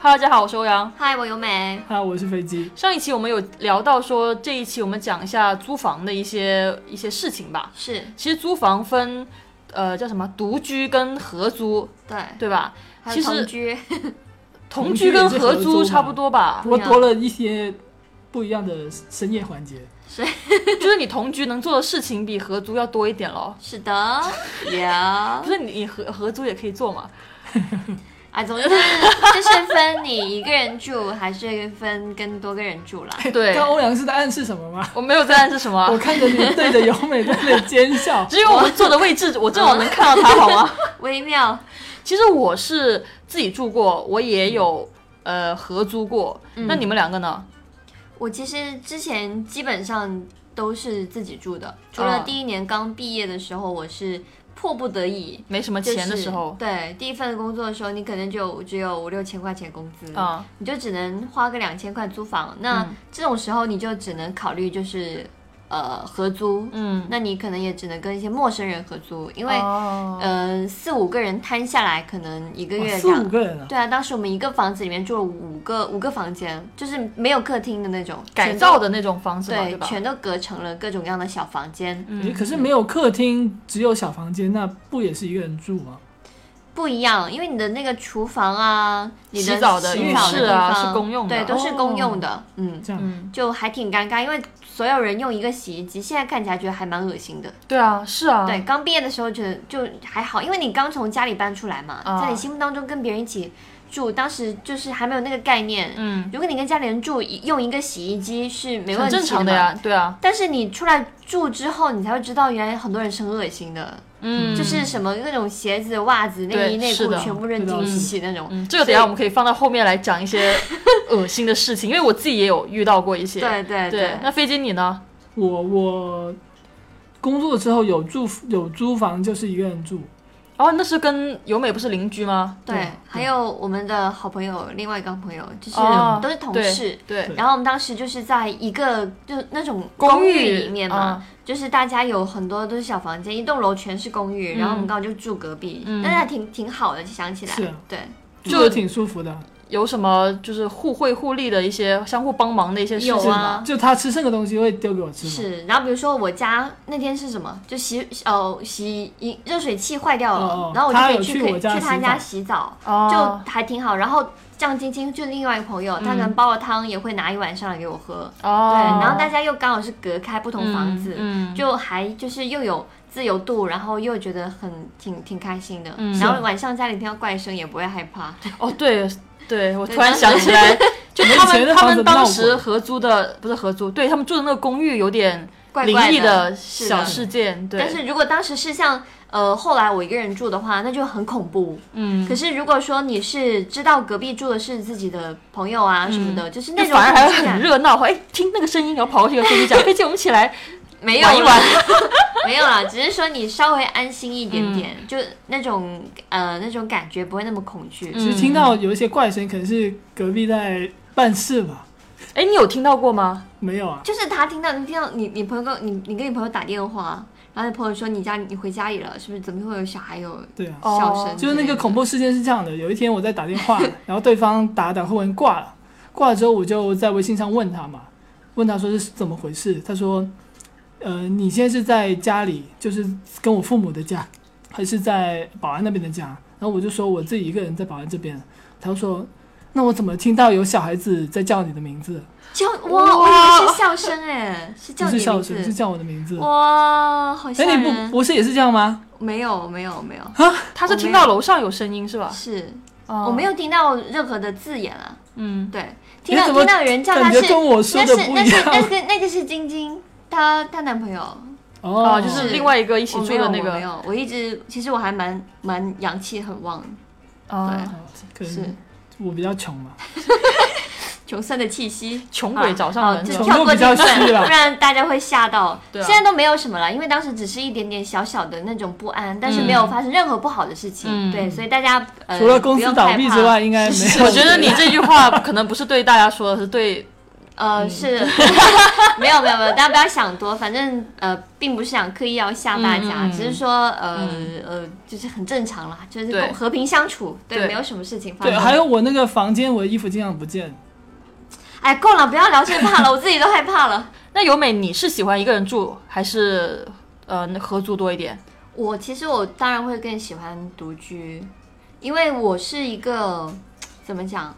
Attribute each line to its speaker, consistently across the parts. Speaker 1: Hello，大家好，我是欧阳。
Speaker 2: 嗨，我由美。
Speaker 3: 嗨，啊我是飞机。
Speaker 1: 上一期我们有聊到说，这一期我们讲一下租房的一些一些事情吧。
Speaker 2: 是
Speaker 1: 其实租房分，呃，叫什么独居跟合租，
Speaker 2: 对，
Speaker 1: 对吧？
Speaker 2: 还
Speaker 1: 其
Speaker 2: 有
Speaker 1: 实
Speaker 2: 同居，
Speaker 1: 同
Speaker 3: 同
Speaker 1: 居
Speaker 3: 居
Speaker 1: 跟
Speaker 3: 也是合
Speaker 1: 合租
Speaker 3: 租
Speaker 1: 差
Speaker 3: 嘛
Speaker 1: 不多吧
Speaker 3: 不，过多了一些不一样的深夜环节。
Speaker 1: 就是你同居能做的事情比合租要多一点咯。
Speaker 2: 是的， 有。
Speaker 1: 不是你你合合租也可以做嘛？
Speaker 2: 啊，总之就是分你一个人住，还是分跟多个人住啦。
Speaker 1: 对
Speaker 3: 刚，欧阳是在暗示什么吗？
Speaker 1: 我没有在暗示什么啊，
Speaker 3: 我，看着你对着由美在那里奸笑
Speaker 1: 只有我们坐的位 置，我正好能看到他，好吗？
Speaker 2: 微妙，
Speaker 1: 其实我是自己住过，我也有呃合租过。那你们两个呢？
Speaker 2: 我其实之前基本上都是自己住的，除了
Speaker 1: 嗯
Speaker 2: 第一年刚毕业的时候，我是迫不得已。
Speaker 1: 没什么
Speaker 2: 就是
Speaker 1: 钱的时候，
Speaker 2: 对第一份工作的时候，你可能就只有五六千块钱工资，
Speaker 1: 啊、
Speaker 2: 你就只能花个两千块租房。那
Speaker 1: 嗯
Speaker 2: 这种时候，你就只能考虑就是呃合租，
Speaker 1: 嗯，哦
Speaker 2: 那你可能也只能跟一些陌生人合租，因
Speaker 1: 因
Speaker 2: 为、呃四五个人摊下来，可能一个
Speaker 1: 哦
Speaker 3: 哇
Speaker 2: 月
Speaker 3: 四
Speaker 2: 这
Speaker 3: 五
Speaker 2: 样。
Speaker 3: 个人啊，
Speaker 2: 对啊，当时我们一个房子里面住了五个五个房间，就是没有客厅的那种，
Speaker 1: 改
Speaker 2: 全都
Speaker 1: 造的那种房子嘛，
Speaker 2: 对
Speaker 1: 对吧？嗯
Speaker 2: 全都隔成了各种各样的小房间，
Speaker 3: 诶可是没有客厅，只有小房间，那不也是一个人住吗？
Speaker 2: 不一样，因为你的那个厨房啊，你
Speaker 1: 洗澡的
Speaker 2: 的
Speaker 3: 浴
Speaker 2: 澡
Speaker 3: 室
Speaker 1: 啊
Speaker 2: 地方
Speaker 1: 是公用的哦
Speaker 2: 对，都是公用的，嗯，
Speaker 3: 这样，
Speaker 1: 嗯，
Speaker 2: 就还挺尴尬，因为所有人用一个洗衣机，现在看起来觉得还蛮恶心的。
Speaker 1: 对啊，是啊，
Speaker 2: 对，刚毕业的时候觉得就还好，因为你刚从家里搬出来嘛，
Speaker 1: 啊
Speaker 2: 在你心目当中跟别人一起住，当时就是还没有那个概念。
Speaker 1: 嗯，
Speaker 2: 如果你跟家里人住，一用一个洗衣机是没问
Speaker 1: 很
Speaker 2: 题
Speaker 1: 正常的
Speaker 2: 嘛。
Speaker 1: 呀，对啊，
Speaker 2: 但是你出来住之后，你才会知道，原来很多人是很恶心的，
Speaker 1: 嗯，
Speaker 2: 就是什么那种鞋子、袜子、内
Speaker 1: 对
Speaker 2: 衣、内
Speaker 1: 是
Speaker 2: 裤
Speaker 1: 的
Speaker 2: 全部扔
Speaker 3: 这倒
Speaker 2: 进去
Speaker 3: 是
Speaker 2: 洗那种。
Speaker 1: 嗯，这个等一下我们可以放到后面来讲一 些恶心的事情，因为我自己也有遇到过一些。
Speaker 2: 对对
Speaker 1: 对，那飞机你呢？
Speaker 3: 我我工作之后有住有租房，就是一个人住。
Speaker 1: 哦，那是跟由美不是邻居吗？
Speaker 2: 对
Speaker 3: 对，
Speaker 2: 还有我们的好朋友，另外一个好朋友，就是
Speaker 1: 哦
Speaker 2: 都是同
Speaker 1: 对
Speaker 2: 事。
Speaker 1: 对，
Speaker 2: 然后我们当时就是在一个就那种
Speaker 1: 公
Speaker 2: 寓
Speaker 1: 寓啊
Speaker 2: 里面
Speaker 3: 啊
Speaker 2: 嘛，就是大家有很多都是小房间，一栋楼全是公寓，然后我们刚好就住隔壁，但是还挺挺好的，就想起来
Speaker 3: 嗯是啊，
Speaker 2: 对，
Speaker 3: 住的挺舒服的，
Speaker 1: 有什么就是互惠互利的一些相互帮忙的一些事情
Speaker 2: 有啊
Speaker 1: 吗？
Speaker 3: 就他吃剩的东西会丢给我吃嘛。
Speaker 2: 是。然后比如说我家那天是什么，就洗哦洗一热水器坏掉了，
Speaker 3: 哦哦
Speaker 2: 然后我就
Speaker 3: 他
Speaker 2: 可以
Speaker 3: 有
Speaker 2: 去
Speaker 3: 去
Speaker 2: 可以
Speaker 3: 我家
Speaker 2: 去他
Speaker 3: 洗
Speaker 2: 家
Speaker 3: 澡
Speaker 2: 洗澡，
Speaker 1: 哦
Speaker 2: 就还挺好。然后酱晶晶就另外一个朋友，他可
Speaker 3: 嗯
Speaker 2: 能煲了汤也会拿一碗上来给我喝，
Speaker 1: 哦，
Speaker 2: 对，然后大家又刚好是隔开不同房子，
Speaker 1: 嗯嗯
Speaker 2: 就还就是又有自由度，然后又觉得很挺挺开心的。
Speaker 1: 嗯
Speaker 2: 然后晚上家里听到怪声也不会害怕。
Speaker 1: 哦，对对，我
Speaker 2: 对
Speaker 1: 突然想起 来，就
Speaker 3: 们
Speaker 1: 他
Speaker 3: 以前
Speaker 1: 们
Speaker 3: 的
Speaker 1: 他
Speaker 3: 房
Speaker 1: 们
Speaker 3: 子
Speaker 1: 当
Speaker 3: 闹
Speaker 1: 时
Speaker 3: 鬼
Speaker 1: 合租的不是合租，对他们住的那个公寓有点
Speaker 2: 怪
Speaker 1: 灵
Speaker 2: 怪
Speaker 1: 异
Speaker 2: 的是
Speaker 1: 小
Speaker 2: 的
Speaker 1: 事件，对，
Speaker 2: 但是如果当时是像呃后来我一个人住的话，那就很恐怖。
Speaker 1: 嗯，
Speaker 2: 可是如果说你是知道隔壁住的是自己的朋友啊什么的，就是那
Speaker 1: 嗯就
Speaker 2: 种
Speaker 1: 反而还
Speaker 2: 恐
Speaker 1: 会
Speaker 2: 惧
Speaker 1: 很
Speaker 2: 感
Speaker 1: 热闹，哎，听那个声音，然后跑过去跟飞机 讲，哎飞机，我们起来
Speaker 2: 没有
Speaker 1: 玩一
Speaker 2: 啦
Speaker 1: 玩，
Speaker 2: 没有啦，只是说你稍微安心一点点，
Speaker 1: 嗯
Speaker 2: 就那种呃那种感觉不会那么恐惧。
Speaker 1: 嗯
Speaker 3: 其实听到有一些怪声，可能是隔壁在办事吧？
Speaker 1: 哎，你有听到过吗？
Speaker 3: 没有啊，
Speaker 2: 就是他听到你听到你你朋友跟你你跟你朋友打电话，然后你朋友说你家你回家里了，是不是？怎么会有小孩有
Speaker 3: 对啊。
Speaker 2: 笑声
Speaker 1: 哦？
Speaker 3: 就是那个恐怖事件是这样的：有一天我在打电话，然后对方打打忽然挂了，挂了之后我就在微信上问他嘛，问他说是怎么回事，他说，呃，你现在是在家里，就是跟我父母的家，还是在保安那边的家？然后我就说我自己一个人在保安这边，他就说，那我怎么听到有小孩子在叫你的名字？
Speaker 2: 叫哇，我
Speaker 1: 哇
Speaker 2: 以为是笑声哎，是叫
Speaker 3: 不
Speaker 2: 你的
Speaker 3: 是笑
Speaker 2: 名
Speaker 3: 声，是
Speaker 2: 字。
Speaker 3: 叫我的名字。
Speaker 2: 哇，好吓
Speaker 3: 哎，你不
Speaker 2: 人！
Speaker 3: 不是也是这样吗？
Speaker 2: 没有没有没有，
Speaker 1: 他是
Speaker 2: 我没
Speaker 1: 听
Speaker 2: 有
Speaker 1: 到楼上有声音是吧？
Speaker 2: 是
Speaker 1: 哦
Speaker 2: 我没，有听到任何的字眼啊。
Speaker 1: 嗯，
Speaker 2: 对，听
Speaker 3: 你
Speaker 2: 到
Speaker 3: 怎么
Speaker 2: 听到有人叫他
Speaker 3: 感
Speaker 2: 是，
Speaker 3: 觉跟我说
Speaker 2: 那
Speaker 3: 的
Speaker 2: 是
Speaker 3: 不
Speaker 2: 那
Speaker 3: 一
Speaker 2: 是那
Speaker 3: 样。
Speaker 2: 是那个是晶晶，她她男朋友。
Speaker 1: 哦，
Speaker 3: 哦，
Speaker 1: 就是
Speaker 2: 是
Speaker 1: 另外一个一起
Speaker 2: 我
Speaker 1: 住
Speaker 2: 没有
Speaker 1: 的那
Speaker 2: 我没
Speaker 1: 个，
Speaker 2: 有，我一直其实我还蛮蛮阳气很旺，
Speaker 1: 啊，
Speaker 3: 可
Speaker 2: 是
Speaker 3: 能我比较穷嘛。
Speaker 2: 穷酸的气息。
Speaker 1: 穷鬼找上
Speaker 2: 啊
Speaker 1: 门
Speaker 2: 就是是
Speaker 1: 吧？
Speaker 3: 穷
Speaker 2: 跳过
Speaker 3: 比较
Speaker 2: 这一段
Speaker 3: 虚了
Speaker 2: 不然大家会吓到。
Speaker 1: 对啊
Speaker 2: 现在都没有什么了，因为当时只是一点点小小的那种不安，但是没有发生任何不好的事情。
Speaker 1: 嗯
Speaker 2: 对，所以大家、呃、
Speaker 3: 除了公司倒闭之外，应
Speaker 2: 不用害怕
Speaker 3: 该没
Speaker 2: 是
Speaker 3: 有。
Speaker 1: 我觉得你这句话可能不是对大家说的，是对
Speaker 3: 嗯
Speaker 2: 呃，是 没有没有没有，大家不要想多，反正呃，并不是想刻意要吓大家，
Speaker 1: 嗯嗯嗯
Speaker 2: 只是说呃、呃，就是很正常啦，就是
Speaker 1: 对
Speaker 2: 共和平相处，对，
Speaker 1: 对
Speaker 2: 没有什么事情发
Speaker 3: 对，
Speaker 2: 生。
Speaker 3: 还有我那个房间，我的衣服经常不见。
Speaker 2: 哎，够了，不要聊这怕了，我自己都害怕了。
Speaker 1: 那由美，你是喜欢一个人住还是呃合租多一点？
Speaker 2: 我其实我当然会更喜欢独居，因为我是一个怎么讲，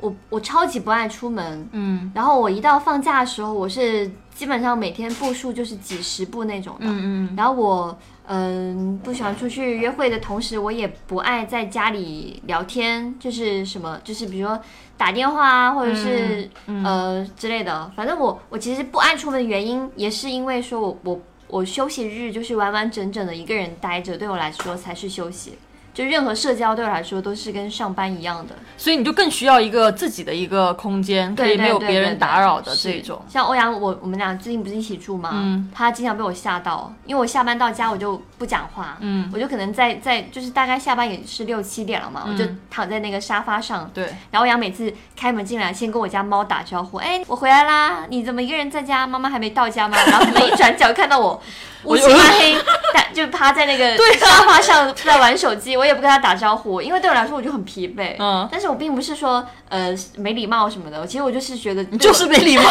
Speaker 2: 我我超级不爱出门，
Speaker 1: 嗯
Speaker 2: 然后我一到放假的时候，我是基本上每天步数就是几十步那种的。
Speaker 1: 嗯
Speaker 2: 然后我嗯不喜欢出去约会的同时，我也不爱在家里聊天，就是什么，就是比如说打电话啊，或者是、呃之类的。反正我我其实不爱出门的原因，也是因为说我我我休息日就是完完整整的一个人待着，对我来说才是休息。就任何社交对我来说都是跟上班一样的，
Speaker 1: 所以你就更需要一个自己的一个空间，可
Speaker 2: 对，
Speaker 1: 以没有
Speaker 2: 对
Speaker 1: 别
Speaker 2: 对
Speaker 1: 人
Speaker 2: 对
Speaker 1: 打扰的
Speaker 2: 是
Speaker 1: 这种。
Speaker 2: 像欧阳，我我们俩最近不是一起住吗？
Speaker 1: 嗯
Speaker 2: 他经常被我吓到，因为我下班到家我就不讲话，
Speaker 1: 嗯，
Speaker 2: 我就可能在在就是大概下班也是六七点了嘛，
Speaker 1: 嗯
Speaker 2: 我就躺在那个沙发上，
Speaker 1: 对，
Speaker 2: 然后杨每次开门进来，先跟我家猫打招呼，哎，我回来啦，你怎么一个人在家？妈妈还没到家吗？ 然后可能一转角看到我乌漆嘛 黑，但就趴在那个
Speaker 1: 啊
Speaker 2: 沙发上在玩手机，我也不跟他打招呼，因为对我来说我就很疲惫。
Speaker 1: 嗯
Speaker 2: 但是我并不是说呃没礼貌什么的，其实我就是觉得
Speaker 1: 你就是没礼貌。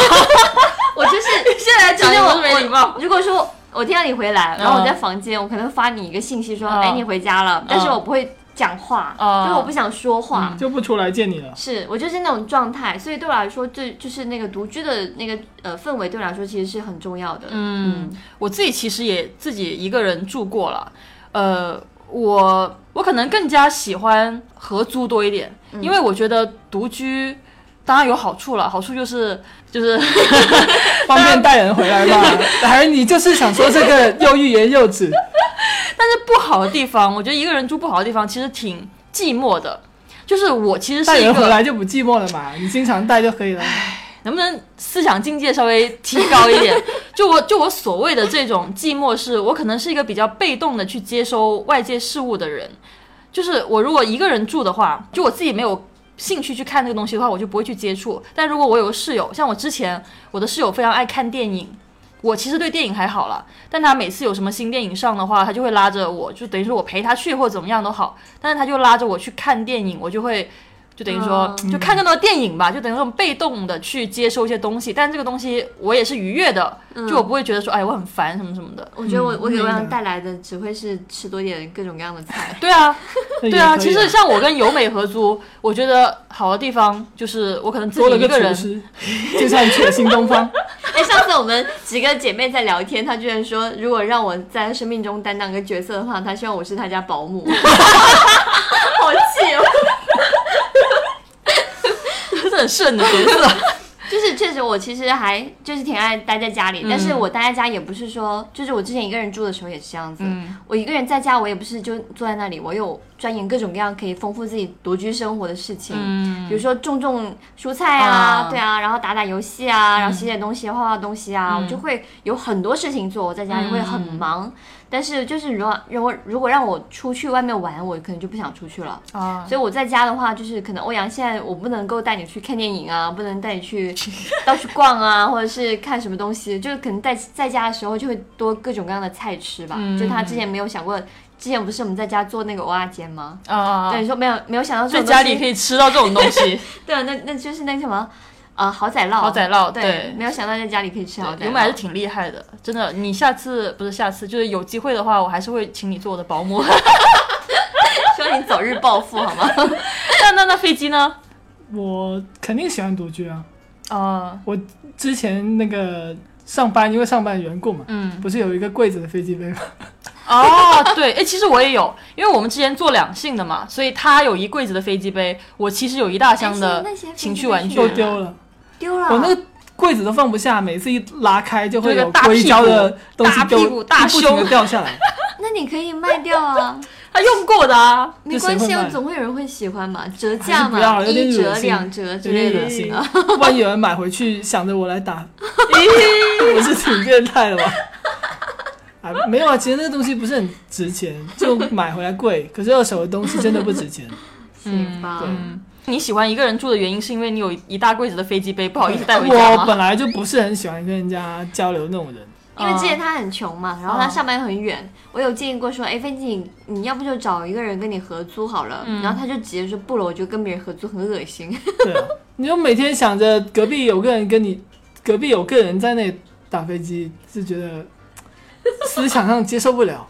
Speaker 2: 我就是
Speaker 1: 现在
Speaker 2: 其实
Speaker 1: 你
Speaker 2: 我
Speaker 1: 都是没礼貌。
Speaker 2: 我如果说我听到你回来，
Speaker 1: 嗯
Speaker 2: 然后我在房间，我可能发你一个信息说，
Speaker 1: 嗯
Speaker 2: 哎，你回家了，但是我不会讲话，
Speaker 1: 嗯
Speaker 2: 就是我不想说话。
Speaker 3: 就不出来见你了。
Speaker 2: 是我就是那种状态，所以对我来说，最就是那个独居的那个呃氛围，对我来说其实是很重要的。
Speaker 1: 嗯， 我自己其实也自己一个人住过了，呃，我我可能更加喜欢合租多一点，因为我觉得独居当然有好处了，好处就是就是
Speaker 3: 方便带人回来吗？还是你就是想说这个又欲言又 止？
Speaker 1: 不好的地方，我觉得一个人住不好的地方其实挺寂寞的，就是我其实
Speaker 3: 带
Speaker 1: 是一
Speaker 3: 人回
Speaker 1: 个
Speaker 3: 来就不寂寞了嘛，你经常带就可以了。
Speaker 1: 能不能思想境界稍微提高一点？就我就我所谓的这种寂寞是，我可能是一个比较被动的去接收外界事物的人。就是我如果一个人住的话，就我自己没有兴趣去看这个东西的话，我就不会去接触。但如果我有个室友，像我之前我的室友非常爱看电影。我其实对电影还好啦，但他每次有什么新电影上的话，他就会拉着我，就等于说我陪他去或者怎么样都好，但是他就拉着我去看电影，我就会就等于说、
Speaker 2: 嗯
Speaker 1: 就看更多的电影吧，就等于说被动的去接收一些东西，但这个东西我也是愉悦的，就我不会觉得说哎我很烦什么什么的。
Speaker 2: 我觉得我、
Speaker 3: 嗯
Speaker 2: 我给
Speaker 3: 明
Speaker 2: 欧
Speaker 3: 白
Speaker 2: 阳带来的只会是吃多点各种各样的 菜。
Speaker 1: 对啊，
Speaker 3: 那也
Speaker 1: 对啊，
Speaker 3: 可以
Speaker 1: 其实像我跟由美合租，我觉得好的地方就是我可能自
Speaker 3: 多
Speaker 1: 己
Speaker 3: 了
Speaker 1: 一
Speaker 3: 个
Speaker 1: 人
Speaker 3: 厨，师，就像去了新东方，
Speaker 2: 哎，上次我们几个姐妹在聊天，她居然说，如果让我在她生命中担当个角色的话，她希望我是她家保姆。好气哦！
Speaker 1: 这很顺的啊角 色。
Speaker 2: 就是确实，我其实还就是挺爱待在家里，但是我待在家也不是说，就是我之前一个人住的时候也是这样子。我一个人在家，我也不是就坐在那里，我有钻研各种各样可以丰富自己独居生活的事情，比如说种种蔬菜
Speaker 1: 啊
Speaker 2: 啊，对啊，然后打打游戏啊，然后写
Speaker 1: 嗯
Speaker 2: 写东西、画画东西啊，我就会有很多事情做。我在家里会很
Speaker 1: 嗯
Speaker 2: 忙，但是就是如果如果如果让我出去外面玩，我可能就不想出去了。
Speaker 1: 啊，
Speaker 2: 所以我在家的话，就是可能欧阳现在我不能够带你去看电影啊，不能带你 去到处逛啊，或者是看什么东西，就是可能在在家的时候就会多各种各样的菜吃吧。
Speaker 1: 嗯
Speaker 2: 就他之前没有想过，之前不是我们在家做那个蚵仔煎吗？
Speaker 1: 啊，
Speaker 2: 对，你说没有没有想到
Speaker 1: 在
Speaker 2: 这种
Speaker 1: 家
Speaker 2: 东
Speaker 1: 里
Speaker 2: 西
Speaker 1: 可以吃到这种东 西，
Speaker 2: 对啊，那那就是那个什么，呃，蚝仔烙。
Speaker 1: 好仔烙，
Speaker 2: 对，没有想到在家里可以吃蚝仔
Speaker 1: 尤美还是
Speaker 2: 烙。
Speaker 1: 挺厉害的，真的。你下次不是下次，就是有机会的话，我还是会请你做我的保姆。
Speaker 2: 希望你早日暴富好吗？
Speaker 1: 那那那飞机呢？
Speaker 3: 我肯定喜欢独居啊。
Speaker 1: 啊，
Speaker 3: 我之前那个上班，因为上班的缘故嘛，
Speaker 1: 嗯，啊
Speaker 3: 不是有一个柜子的飞机杯吗？
Speaker 1: 哦，对，哎，其实我也有，因为我们之前做两性的嘛，所以他有一柜子的飞机杯，我其实有一大箱的
Speaker 2: 那些那些
Speaker 1: 情趣玩具
Speaker 2: 飞
Speaker 3: 都
Speaker 2: 机杯去哪
Speaker 3: 丢了，
Speaker 2: 丢了。
Speaker 3: 我那个柜子都放不下，每次一拉开就
Speaker 1: 啊
Speaker 3: 会
Speaker 1: 就
Speaker 3: 有
Speaker 1: 是大屁股
Speaker 3: 硅胶的东西
Speaker 1: 大
Speaker 3: 丢，
Speaker 1: 屁股大
Speaker 3: 不停地
Speaker 1: 胸
Speaker 3: 掉下来。
Speaker 2: 那你可以卖掉 啊。
Speaker 1: 他用过的啊。
Speaker 2: 没关系
Speaker 3: 谁会
Speaker 2: 啊，
Speaker 3: 买
Speaker 2: 总会有人会喜欢嘛，折
Speaker 3: 还
Speaker 2: 价
Speaker 3: 是不要
Speaker 2: 嘛，
Speaker 3: 了有点
Speaker 2: 一
Speaker 3: 恶
Speaker 2: 折
Speaker 3: 心
Speaker 2: 两折之
Speaker 3: 有
Speaker 2: 类
Speaker 3: 点
Speaker 2: 的。嗯
Speaker 3: 恶心啊！
Speaker 1: 嗯
Speaker 3: 万一有人买回去想着我来打，我是挺变态的吧？ 啊，没有啊，其实那个东西不是很 值钱，就买回来贵。可是二手的东西真的不值钱。
Speaker 2: 行吧，
Speaker 3: 对
Speaker 1: 嗯，你喜欢一个人住的原因是因为你有一大柜子的飞机杯，不好意思带回家
Speaker 3: 我
Speaker 1: 吗？
Speaker 3: 本来就不是很喜欢跟人家交流那种人，
Speaker 2: 因为之前他很穷嘛，
Speaker 3: 嗯
Speaker 2: 然后他上班又很远，我有建议过说，哎，飞机你你要不就找一个人跟你合租好了，然后他就直接说不了，我觉得跟别人合租很恶心。
Speaker 3: 对啊， 你就每天想着隔壁有个人跟你，隔壁有个人在那里打飞机，就觉得思想上接受不 了。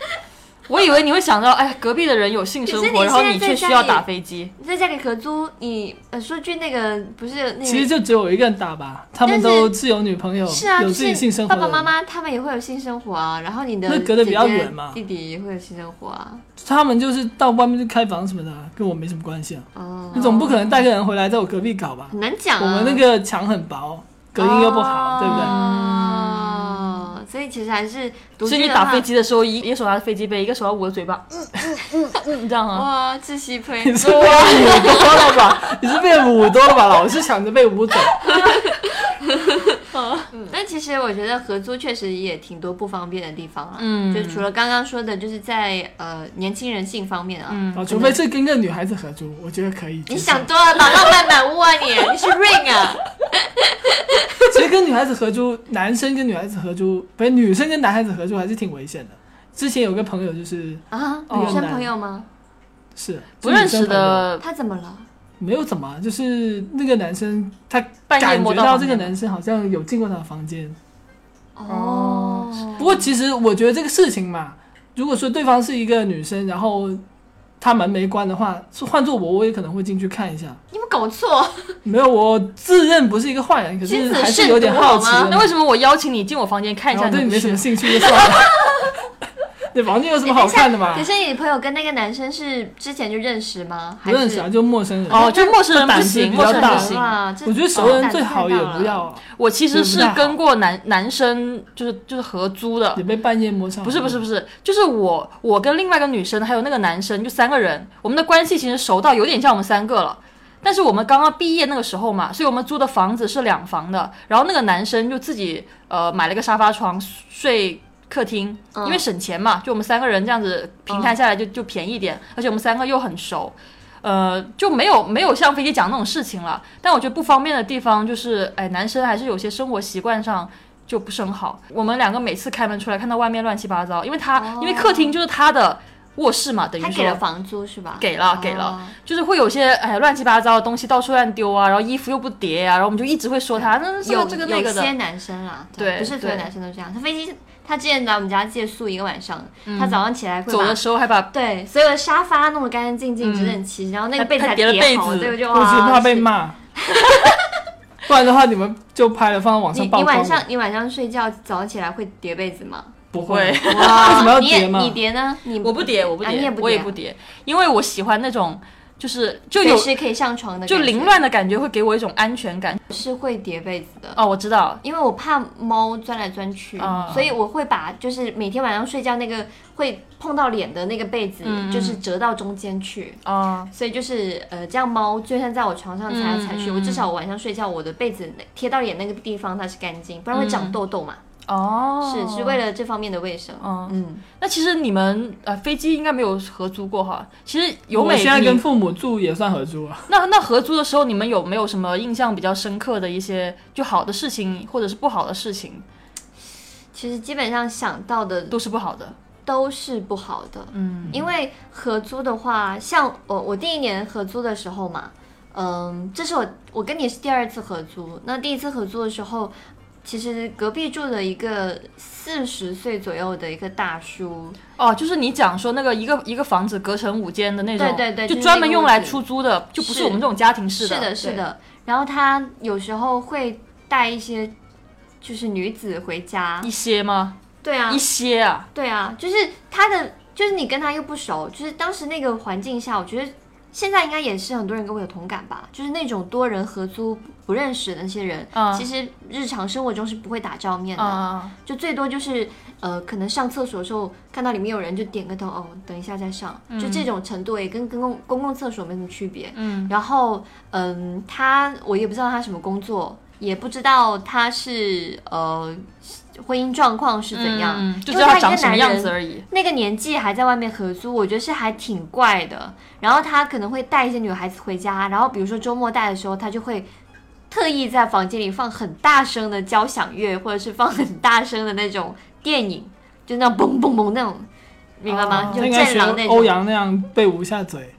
Speaker 1: 我以为你会想到，哎，隔壁的人有性生
Speaker 2: 可是你
Speaker 1: 活，然后
Speaker 2: 现在
Speaker 1: 你
Speaker 2: 在
Speaker 1: 却
Speaker 2: 家
Speaker 1: 需要
Speaker 2: 里
Speaker 1: 打飞机。
Speaker 2: 你在家里合租，你呃说句那个不是那个，
Speaker 3: 其实就只有我一个人打吧，他们
Speaker 2: 嗯但是
Speaker 3: 都是有女朋友，
Speaker 2: 是啊，
Speaker 3: 哦有
Speaker 2: 就
Speaker 3: 自己性
Speaker 2: 是
Speaker 3: 生
Speaker 2: 爸
Speaker 3: 活的
Speaker 2: 爸
Speaker 3: 人
Speaker 2: 妈妈他们也会有性生活啊，然后你的
Speaker 3: 那隔得比较远嘛
Speaker 2: 姐姐弟弟也会有性生活啊。
Speaker 3: 他们就是到外面去开房什么的啊，跟我没什么关系啊。
Speaker 2: 哦，
Speaker 3: 你总不可能带个人回来在我隔壁搞吧？
Speaker 2: 很难讲啊。
Speaker 3: 我们那个墙很薄，隔音又不好，对不嗯对？
Speaker 2: 哦，所以其实还是独
Speaker 1: 所以
Speaker 2: 居
Speaker 1: 你
Speaker 2: 的
Speaker 1: 打
Speaker 2: 话
Speaker 1: 飞，机的时候，一一手拿着飞机杯，一个手拿捂着嘴巴，嗯嗯嗯嗯，这样啊。
Speaker 2: 哇，窒息呸！
Speaker 3: 你是被捂多了吧？你是被捂多了吧？老是想着被捂走。
Speaker 2: 嗯但其实我觉得合租确实也挺多不方便的地方啊。
Speaker 1: 嗯
Speaker 2: 就除了刚刚说的，就是在呃年轻人性方面啊。
Speaker 3: 啊，除非是跟个女孩子合租，我觉得可以。
Speaker 2: 你想多了吧，浪漫满屋啊 你，你是 Rain 啊？
Speaker 3: 其实跟女孩子合租，男生跟女孩子合租，不是女生跟男孩子合租还是挺危险的。之前有个朋友就是
Speaker 2: 啊，
Speaker 3: 哦
Speaker 2: 女生朋友吗？
Speaker 3: 是
Speaker 1: 不认识，
Speaker 3: 是女生朋友
Speaker 1: 的，
Speaker 2: 他怎么了？
Speaker 3: 没有怎么啊，就是那个男生他
Speaker 1: 半夜
Speaker 3: 感
Speaker 1: 摸
Speaker 3: 觉
Speaker 1: 到
Speaker 3: 到
Speaker 1: 房
Speaker 3: 这个
Speaker 1: 间
Speaker 3: 男生好像有进过他的房间。
Speaker 2: 哦，
Speaker 3: 不过其实我觉得这个事情嘛，如果说对方是一个女生，然后她门没关的话，是换做我，我也可能会进去看一下。
Speaker 2: 你们搞错，
Speaker 3: 没有，我自认不是一个坏人，可
Speaker 2: 君
Speaker 3: 是
Speaker 2: 子
Speaker 3: 还是
Speaker 2: 慎
Speaker 3: 有点
Speaker 2: 独
Speaker 3: 好
Speaker 2: 好
Speaker 3: 奇
Speaker 2: 吗
Speaker 3: 的嘛。
Speaker 1: 那为什么我邀请你进我房间看一
Speaker 3: 然后
Speaker 1: 下
Speaker 3: 我对
Speaker 1: 你
Speaker 3: 你没
Speaker 1: 的
Speaker 3: 什么
Speaker 1: 事？
Speaker 3: 兴趣就算了。 那房间有什么好看的嘛
Speaker 2: 可？是你朋友跟那个男生是之前就认识吗？
Speaker 3: 不
Speaker 2: 还
Speaker 3: 认识啊，
Speaker 2: 是
Speaker 3: 就陌生 人。
Speaker 1: 哦，就陌生人不
Speaker 3: 胆子
Speaker 1: 行，
Speaker 3: 比
Speaker 1: 陌
Speaker 3: 较
Speaker 1: 生人啊哦
Speaker 3: 大
Speaker 1: 不行。
Speaker 2: 哇这
Speaker 3: 我觉得熟人
Speaker 2: 胆子
Speaker 3: 最
Speaker 2: 太
Speaker 3: 好
Speaker 2: 大
Speaker 3: 也
Speaker 2: 了
Speaker 3: 不要啊，
Speaker 1: 我其实是
Speaker 3: 对不太好
Speaker 1: 跟过男男生，就是就是合租的
Speaker 3: 也，被半夜摸上。
Speaker 1: 不是不是不是，就是我我跟另外一个女生还有那个男生，就三个人，我们的关系其实熟到有点像我们三个了。但是我们刚刚毕业那个时候嘛，所以我们租的房子是两房的，然后那个男生就自己呃买了个沙发床睡客厅，因为省钱嘛，就我们三个人这样子平摊下来就、就便宜一点，而且我们三个又很熟，呃，就没有没有像飞机讲那种事情了。但我觉得不方便的地方就是，哎，男生还是有些生活习惯上就不是很好。我们两个每次开门出来，看到外面乱七八糟，因为他、因为客厅就是他的卧室嘛，等于
Speaker 2: 哦他
Speaker 1: 说
Speaker 2: 给了房租是吧？
Speaker 1: 给了给了
Speaker 2: 哦，
Speaker 1: 就是会有些哎乱七八糟的东西到处乱丢啊，然后衣服又不叠啊，然后我们就一直会说他，那这个
Speaker 2: 有
Speaker 1: 这个那个
Speaker 2: 有些
Speaker 1: 的，
Speaker 2: 男生啦，
Speaker 1: 对
Speaker 2: 不是所有
Speaker 1: 对
Speaker 2: 男生都这样。他飞机，他之前来我们家借宿一个晚上，他早上起来会
Speaker 1: 嗯走
Speaker 2: 把
Speaker 1: 的时候还把
Speaker 2: 对所有的沙发弄得干干净净、整整齐，然后那个被子
Speaker 1: 还
Speaker 2: 还
Speaker 1: 叠了被
Speaker 2: 好，
Speaker 1: 子
Speaker 2: 对，我就
Speaker 3: 我只
Speaker 2: 哇，
Speaker 3: 怕被
Speaker 2: 是
Speaker 3: 骂， 不然的话你们就拍了放到网
Speaker 2: 你
Speaker 3: 上曝
Speaker 2: 你
Speaker 3: 光了。
Speaker 2: 晚上你晚上睡觉早上起来会叠被子吗？
Speaker 3: 不
Speaker 1: 会
Speaker 3: 会，为什么要
Speaker 2: 你也
Speaker 3: 叠嘛？
Speaker 2: 你叠呢？你
Speaker 1: 我不叠我不
Speaker 2: 啊你
Speaker 1: 叠
Speaker 2: 也不叠啊
Speaker 1: 我也不叠，因为我喜欢那种就是就有
Speaker 2: 随时可以上床的感觉，
Speaker 1: 就凌乱的感觉会给我一种安全感。
Speaker 2: 是会叠被子的。
Speaker 1: 哦，我知道，
Speaker 2: 因为我怕猫钻来钻去，
Speaker 1: 啊
Speaker 2: 所以我会把就是每天晚上睡觉那个会碰到脸的那个被子，
Speaker 1: 嗯嗯
Speaker 2: 就是折到中间去。
Speaker 1: 啊、
Speaker 2: 所以就是呃，这样猫就算在我床上踩来踩
Speaker 1: 嗯
Speaker 2: 去，
Speaker 1: 嗯嗯
Speaker 2: 我至少我晚上睡觉，我的被子贴到脸那个地方它是干净，不然会长痘痘嘛。
Speaker 1: 嗯哦，
Speaker 2: 是是为了这方面的卫生。
Speaker 1: 哦
Speaker 2: 嗯，
Speaker 1: 那其实你们呃飞机应该没有合租过哈。其实有
Speaker 3: 我
Speaker 1: 美
Speaker 3: 现在跟
Speaker 1: 你
Speaker 3: 父母住也算合租啊。
Speaker 1: 那那合租的时候，你们有没有什么印象比较深刻的一些就好的事情，或者是不好的事情，
Speaker 2: 其实基本上想到的
Speaker 1: 都是不好的。
Speaker 2: 都是不好的。
Speaker 1: 嗯
Speaker 2: 因为合租的话，像我我第一年合租的时候嘛，嗯，这是我我跟你是第二次合租。那第一次合租的时候，其实隔壁住的一个四十岁左右的一个大叔，
Speaker 1: 哦，就是你讲说那个一个一个房子隔成五间的那种，
Speaker 2: 对对对
Speaker 1: 就
Speaker 2: 就是
Speaker 1: 专
Speaker 2: 那
Speaker 1: 门
Speaker 2: 个
Speaker 1: 用来
Speaker 2: 屋子
Speaker 1: 出租的，就不是
Speaker 2: 是
Speaker 1: 我们这种家庭式的。
Speaker 2: 是的，
Speaker 1: 对
Speaker 2: 是。的。然后他有时候会带一些就是女子回家，
Speaker 1: 一些吗？
Speaker 2: 对啊
Speaker 1: 一，些啊，
Speaker 2: 对啊，就是他的，就是你跟他又不熟，就是当时那个环境下，我觉得现在应该也是很多人跟我有同感吧，就是那种多人合租不认识的那些人，
Speaker 1: 嗯
Speaker 2: 其实日常生活中是不会打照面的，
Speaker 1: 啊、
Speaker 2: 就最多就是呃，可能上厕所的时候看到里面有人就点个头，哦，等一下再上，
Speaker 1: 嗯
Speaker 2: 就这种程度也跟跟公公共厕所没什么区别。
Speaker 1: 嗯，
Speaker 2: 然后嗯，他我也不知道他什么工作，也不知道他是呃婚姻状况是怎样，
Speaker 1: 嗯就
Speaker 2: 因
Speaker 1: 知
Speaker 2: 为
Speaker 1: 道
Speaker 2: 他
Speaker 1: 他
Speaker 2: 一个
Speaker 1: 长什么
Speaker 2: 男
Speaker 1: 样
Speaker 2: 人
Speaker 1: 子而已。
Speaker 2: 那个年纪还在外面合租，我觉得是还挺怪的。然后他可能会带一些女孩子回家，然后比如说周末带的时候，他就会特意在房间里放很大声的交响乐，或者是放很大声的那种电影，就那种嘣嘣嘣那种，明白吗？
Speaker 3: 啊
Speaker 2: 就
Speaker 3: 他应该
Speaker 2: 哦战
Speaker 3: 学
Speaker 2: 狼那
Speaker 3: 欧
Speaker 2: 种。
Speaker 3: 阳那样被捂一下嘴，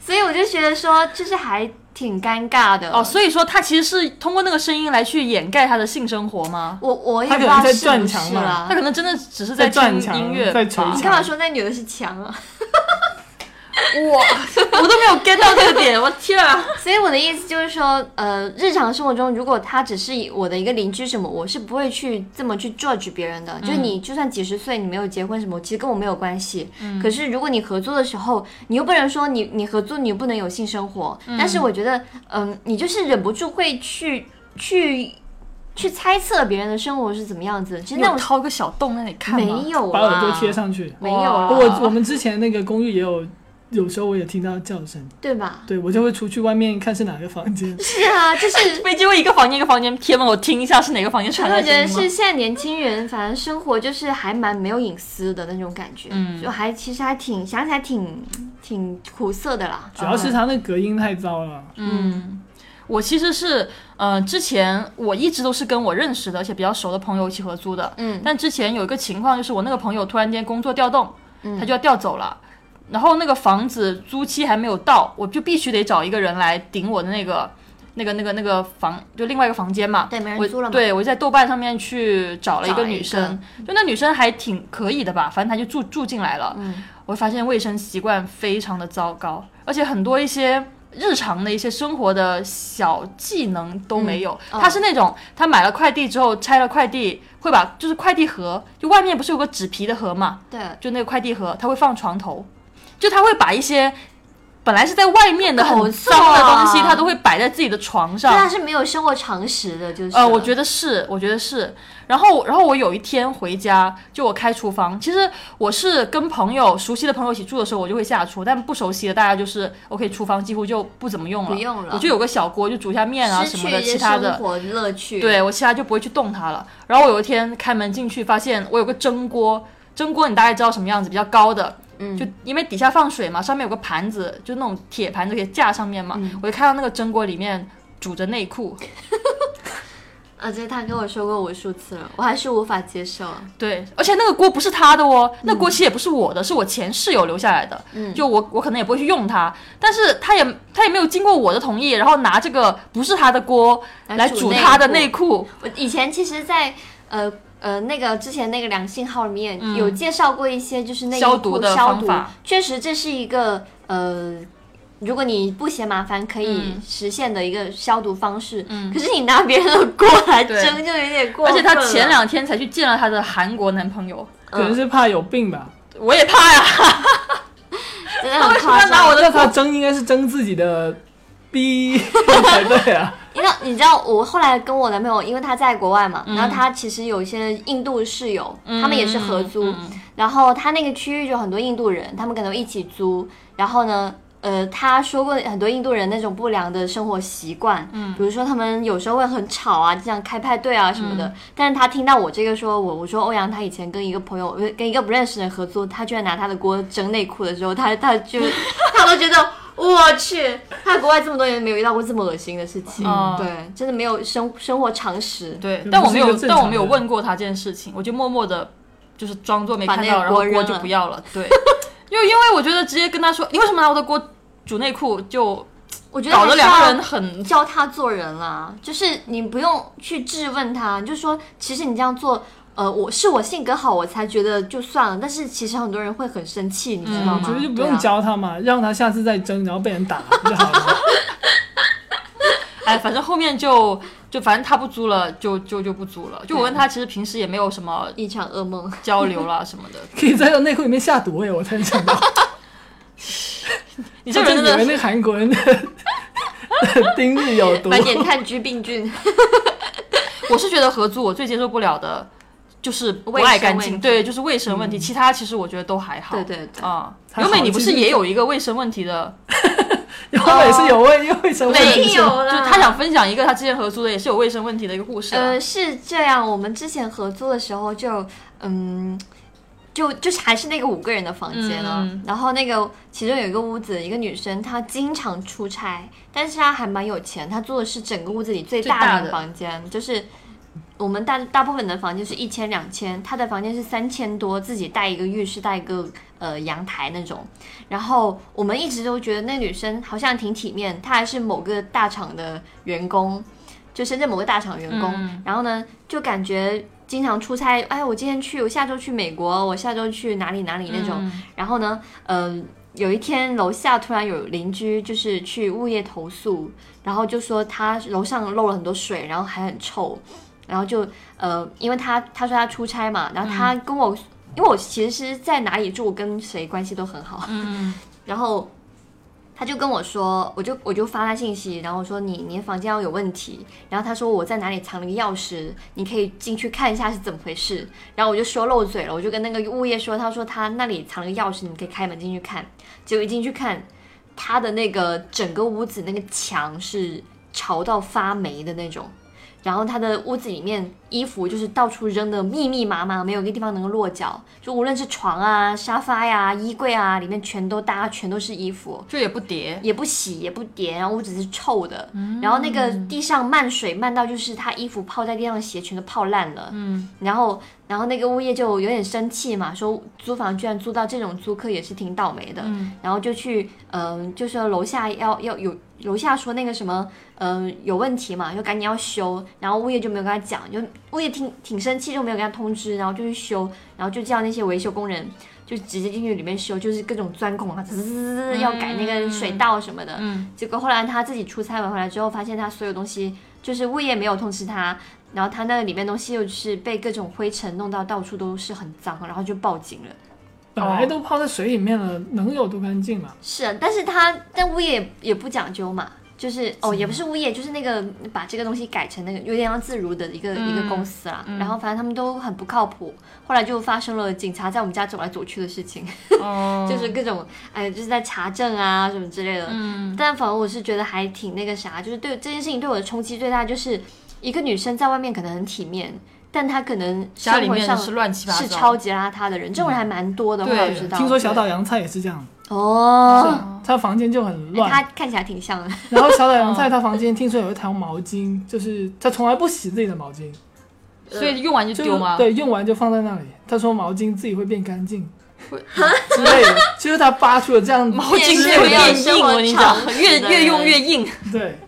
Speaker 2: 所以我就觉得说，就是还挺尴尬的。
Speaker 1: 哦，所以说他其实是通过那个声音来去掩盖他的性生活吗？
Speaker 2: 我我也
Speaker 3: 他
Speaker 2: 不知
Speaker 3: 可能
Speaker 2: 道
Speaker 3: 在
Speaker 2: 是
Speaker 3: 撞
Speaker 2: 不
Speaker 3: 墙
Speaker 2: 是
Speaker 3: 嘛
Speaker 2: 啦
Speaker 1: 他。可能真的只是
Speaker 3: 在
Speaker 1: 听
Speaker 3: 撞墙
Speaker 1: 音乐吧，
Speaker 3: 在捶
Speaker 2: 你
Speaker 3: 墙
Speaker 2: 干嘛说那女的是墙啊？
Speaker 1: 我我都没有 get 到这个点，我天啊！
Speaker 2: 所以我的意思就是说，呃，日常生活中，如果他只是我的一个邻居什么，我是不会去这么去 judge 别人的。就
Speaker 1: 嗯
Speaker 2: 你就算几十岁，你没有结婚什么，其实跟我没有关系。
Speaker 1: 嗯
Speaker 2: 可是如果你合租的时候，你又不能说你你合租你又不能有性生活，但是我觉得，嗯、你就是忍不住会去去去猜测别人的生活是怎么样子。其 实
Speaker 1: 你
Speaker 2: 那
Speaker 1: 有
Speaker 2: 种
Speaker 1: 掏个小洞在那里看吗
Speaker 2: 没有
Speaker 3: 把
Speaker 2: 啊，
Speaker 3: 耳朵贴上去。
Speaker 2: 没有啊，
Speaker 1: 哇
Speaker 3: 我我们之前那个公寓也有，有时候我也听到叫声，
Speaker 2: 对吧？
Speaker 3: 对我就会出去外面看是哪个房间。
Speaker 2: 是啊，就是
Speaker 1: 飞机会一个房间一个房间贴吗？我听一下是哪个房间传
Speaker 2: 我
Speaker 1: 来
Speaker 2: 觉得
Speaker 1: 的声
Speaker 2: 是
Speaker 1: 音吗？
Speaker 2: 现在年轻人，反正生活就是还蛮没有隐私的那种感觉，
Speaker 1: 嗯
Speaker 2: 就还其实还挺想起来挺挺苦涩的啦。
Speaker 3: 主要是它那隔音太糟了，
Speaker 1: 嗯，我其实是，呃，之前我一直都是跟我认识的，而且比较熟的朋友一起合租的。
Speaker 2: 嗯
Speaker 1: 但之前有一个情况，就是我那个朋友突然间工作调动，
Speaker 2: 嗯
Speaker 1: 他就要调走了。然后那个房子租期还没有到，我就必须得找一个人来顶我的那个、那个、那个、那个房，就另外一个房间嘛。
Speaker 2: 对没人
Speaker 1: 我
Speaker 2: 租了嘛
Speaker 1: 对我在豆瓣上面去找了一
Speaker 2: 找
Speaker 1: 个
Speaker 2: 了一
Speaker 1: 女
Speaker 2: 个
Speaker 1: 生，就那女生还挺可以的吧，反正她就住住进来了。
Speaker 2: 嗯
Speaker 1: 我发现卫生习惯非常的糟糕，而且很多一些日常的一些生活的小技能都没有。
Speaker 2: 嗯
Speaker 1: 他是那种他买了快递之后拆了快递，会把就是快递盒，就外面不是有个纸皮的盒嘛，
Speaker 2: 对，
Speaker 1: 就那个快递盒，他会放床头，就他会把一些。本来是在外面的
Speaker 2: 好
Speaker 1: 很
Speaker 2: 脏
Speaker 1: 脏的东西，
Speaker 2: 啊
Speaker 1: 他都会摆在自己的床上。
Speaker 2: 但他是没有生活常识的，就是啊
Speaker 1: 呃，我觉
Speaker 2: 得
Speaker 1: 得是，我觉得是。然后，然后我有一天回家，就我开厨房。其实我是跟朋友、熟悉的朋友一起住的时候，我就会下厨，但不熟悉的大家就是 OK，厨房几乎就不怎么用了。
Speaker 2: 不用了
Speaker 1: 我就有个小锅，就煮一下面啊什
Speaker 2: 失
Speaker 1: 么
Speaker 2: 去
Speaker 1: 的，
Speaker 2: 一些
Speaker 1: 其他
Speaker 2: 生
Speaker 1: 的。
Speaker 2: 活乐趣。，
Speaker 1: 对我其他就不会去动它了。然后我有一天开门进去，发现我有个蒸锅，蒸锅你大概知道什么样子，比较高的，
Speaker 2: 嗯
Speaker 1: 就因为底下放水嘛，上面有个盘子，就那种铁盘子可以架上面嘛，
Speaker 2: 嗯
Speaker 1: 我就看到那个蒸锅里面煮着内裤。
Speaker 2: 啊，这他跟我说过无数次了，我还是无法接受。
Speaker 1: 对，而且那个锅不是他的哦，那锅其实也不是我的，是我前室友留下来的。
Speaker 2: 嗯
Speaker 1: 就我我可能也不会去用它，但是他也他也没有经过我的同意，然后拿这个不是他的锅
Speaker 2: 来
Speaker 1: 来
Speaker 2: 煮
Speaker 1: 煮
Speaker 2: 内
Speaker 1: 他的
Speaker 2: 裤
Speaker 1: 内裤。
Speaker 2: 我以前其实在，呃呃那个之前那个良性号里面、有介绍过一些就是内衣
Speaker 1: 消毒
Speaker 2: 裤
Speaker 1: 的
Speaker 2: 消
Speaker 1: 方
Speaker 2: 毒
Speaker 1: 法，
Speaker 2: 确实这是一个呃。如果你不嫌麻烦，可以
Speaker 1: 嗯
Speaker 2: 实现的一个消毒方式。嗯，可是你拿别人的锅来
Speaker 1: 对
Speaker 2: 蒸，就有点过
Speaker 1: 而
Speaker 2: 分
Speaker 1: 且
Speaker 2: 了
Speaker 1: 她前两天才去见了她的韩国男朋友，
Speaker 3: 可能是怕有病吧。
Speaker 1: 我也怕呀，
Speaker 2: 真的很
Speaker 1: 她
Speaker 2: 夸
Speaker 1: 拿我
Speaker 2: 张。
Speaker 1: 的
Speaker 3: 那
Speaker 1: 锅
Speaker 3: 他蒸应该是蒸自己的逼才对啊。
Speaker 2: 你知道，你知道我后来跟我男朋友，因为他在国外嘛，
Speaker 1: 嗯
Speaker 2: 然后他其实有一些印度室友，他们也是合租，
Speaker 1: 嗯嗯嗯
Speaker 2: 然后他那个区域就很多印度人，他们可能一起租。然后呢，呃，他说过很多印度人那种不良的生活习惯，嗯，比如说他们有时候会很吵啊，这样开派对啊什么
Speaker 1: 嗯
Speaker 2: 的。但是他听到我这个说我，我说欧阳他以前跟一个朋友，呃跟一个不认识的人合租，他居然拿他的锅蒸内裤的时候，他他就他都觉得。我去，他国外这么多年没有遇到过这么恶心的事情，
Speaker 1: 哦
Speaker 2: 对，真的没有生生活常识，
Speaker 1: 对
Speaker 3: 就，
Speaker 1: 但
Speaker 3: 不
Speaker 1: 我
Speaker 3: 是
Speaker 1: 没
Speaker 3: 一个
Speaker 1: 有，
Speaker 3: 正
Speaker 1: 但我
Speaker 3: 常
Speaker 1: 没有
Speaker 3: 人
Speaker 1: 问过他这件事情，我就默默的，就是装作没
Speaker 2: 把
Speaker 1: 看
Speaker 2: 那
Speaker 1: 到，
Speaker 2: 个
Speaker 1: 然后
Speaker 2: 锅
Speaker 1: 锅
Speaker 2: 扔
Speaker 1: 就
Speaker 2: 了
Speaker 1: 不要了。对， 因为因为我觉得直接跟他说，你为什么拿我的锅煮内裤，就
Speaker 2: 我觉得
Speaker 1: 搞
Speaker 2: 还
Speaker 1: 得
Speaker 2: 是
Speaker 1: 两
Speaker 2: 要
Speaker 1: 个人很
Speaker 2: 教他做人啦，就是你不用去质问他，你就说其实你这样做，呃，我是我性格好，我才觉得就算了。但是其实很多人会很生气，你知道
Speaker 1: 嗯
Speaker 3: 我
Speaker 2: 吗？
Speaker 3: 觉得就不
Speaker 2: 对
Speaker 3: 用
Speaker 2: 啊。
Speaker 3: 教他嘛，让他下次再蒸，然后被人打就好了。
Speaker 1: 哎，反正后面就就反正他不租了，就就就不租了。就我跟他其实平时也没有什么
Speaker 2: 一场噩梦，
Speaker 1: 交流啦什么的。
Speaker 3: 可以在那内裤里面下毒哎，我才想到。
Speaker 1: 你这
Speaker 3: 我
Speaker 1: 个人
Speaker 3: 就以
Speaker 1: 真的
Speaker 3: 为那韩国人的 丁日有毒。
Speaker 2: 满点炭疽病菌，
Speaker 1: 我是觉得合租我最接受不了的就是不爱干
Speaker 2: 卫生问
Speaker 1: 净，
Speaker 2: 题嗯
Speaker 1: 对，就是卫生问题。其他其实我觉得都还好。
Speaker 2: 对对对
Speaker 1: 啊，
Speaker 3: 还
Speaker 1: 刘美，
Speaker 3: 好
Speaker 1: 你不
Speaker 3: 其
Speaker 1: 是
Speaker 3: 实
Speaker 1: 也有一个卫生问题的
Speaker 3: 然后也是有卫有卫生 问
Speaker 2: 没
Speaker 3: 题，
Speaker 2: 有
Speaker 1: 就
Speaker 2: 啦，
Speaker 1: 他想分享一个他之前合租的也是有卫生问题的一个故事啊。
Speaker 2: 呃，是这样，我们之前合租的时候就，嗯，就就是还是那个五个人的房间了。
Speaker 1: 嗯
Speaker 2: 然后那个其中有一个屋子，一个女生她经常出差，但是她还蛮有钱，她住的是整个屋子里最
Speaker 1: 最大
Speaker 2: 大
Speaker 1: 的
Speaker 2: 的房间，就是。我们大大部分的房间是一千两千，她的房间是三千多，自己带一个浴室，带一个呃阳台那种。然后我们一直都觉得那女生好像挺体面，她还是某个大厂的员工，就深圳某个大厂员工。
Speaker 1: 嗯
Speaker 2: 然后呢，就感觉经常出差，哎，我今天去，我下周去美国，我下周去哪里哪里那种。
Speaker 1: 嗯
Speaker 2: 然后呢，嗯、有一天楼下突然有邻居就是去物业投诉，然后就说他楼上漏了很多水，然后还很臭，然后就呃，因为他他说他出差嘛，然后他
Speaker 1: 嗯
Speaker 2: 跟我，因为我其实在哪里住，我跟谁关系都很好，
Speaker 1: 嗯
Speaker 2: 然后他就跟我说，我就我就发他信息，然后我说你你的房间要有问题，然后他说我在哪里藏了个钥匙，你可以进去看一下是怎么回事。然后我就说漏嘴了，我就跟那个物业说，他说他那里藏了个钥匙，你可以开门进去看。结果一进去看，他的那个整个屋子那个墙是潮到发霉的那种。然后他的屋子里面衣服就是到处扔的密密麻麻，没有一个地方能够落脚。就无论是床啊、沙发呀、衣柜啊，里面全都搭，全都是衣服，
Speaker 1: 就也不 叠，
Speaker 2: 也不洗也不叠，然后屋子是臭的。然后那个
Speaker 1: 嗯
Speaker 2: 地上漫水漫到就是他衣服泡在地上，鞋全都泡烂了。
Speaker 1: 嗯，
Speaker 2: 然后然后那个物业就有点生气嘛，说租房居然租到这种租客也是挺倒霉的。
Speaker 1: 嗯
Speaker 2: 然后就去，嗯、就说楼下要要有楼下说那个什么，嗯、有问题嘛，就赶紧要修。然后物业就没有跟他讲，就物业挺挺生气，就没有跟他通知，然后就去修，然后就叫那些维修工人就直接进去里面修，就是各种钻孔啊，滋滋滋滋，要改那个水道什么的。
Speaker 1: 嗯，
Speaker 2: 结果后来他自己出差完回来之后，发现他所有东西就是物业没有通知他，然后他那里面东西又是被各种灰尘弄到到处都是很脏，然后就报警了。
Speaker 3: 本来都泡在水里面了，能有多干净嘛？
Speaker 2: 是啊，但是他但物业也不讲究嘛，就是哦，也不是物业，就是那个把这个东西改成那个有点像自如的一个、一个公司啦。然后反正他们都很不靠谱，后来就发生了警察在我们家走来走去的事情，
Speaker 1: 哦，
Speaker 2: 就是各种哎，就是在查证啊什么之类的。
Speaker 1: 嗯
Speaker 2: 但反正我是觉得还挺那个啥，就是对这件事情对我的冲击最大，就是一个女生在外面可能很体面，但她可能
Speaker 1: 家里
Speaker 2: 生活
Speaker 1: 面
Speaker 2: 上
Speaker 1: 是乱七八糟，嗯
Speaker 2: 是超级邋遢的人，这种人还蛮多的，
Speaker 1: 对
Speaker 2: 我知道。
Speaker 3: 听说小岛洋菜也是这样，
Speaker 2: 哦，哎
Speaker 3: 他房间就很乱。
Speaker 2: 她看起来挺像的。
Speaker 3: 然后小岛洋菜他房间听说有一条毛巾，就是他从来不洗自己的毛巾，
Speaker 1: 所
Speaker 2: 呃
Speaker 1: 以用完就
Speaker 3: 就
Speaker 1: 丢吗？，
Speaker 3: 对，用完就放在那里。他说毛巾自己会变干净， 之类的，就是他扒出了这样
Speaker 1: 毛巾也会变硬，我跟你讲，越越用越硬。
Speaker 3: 对，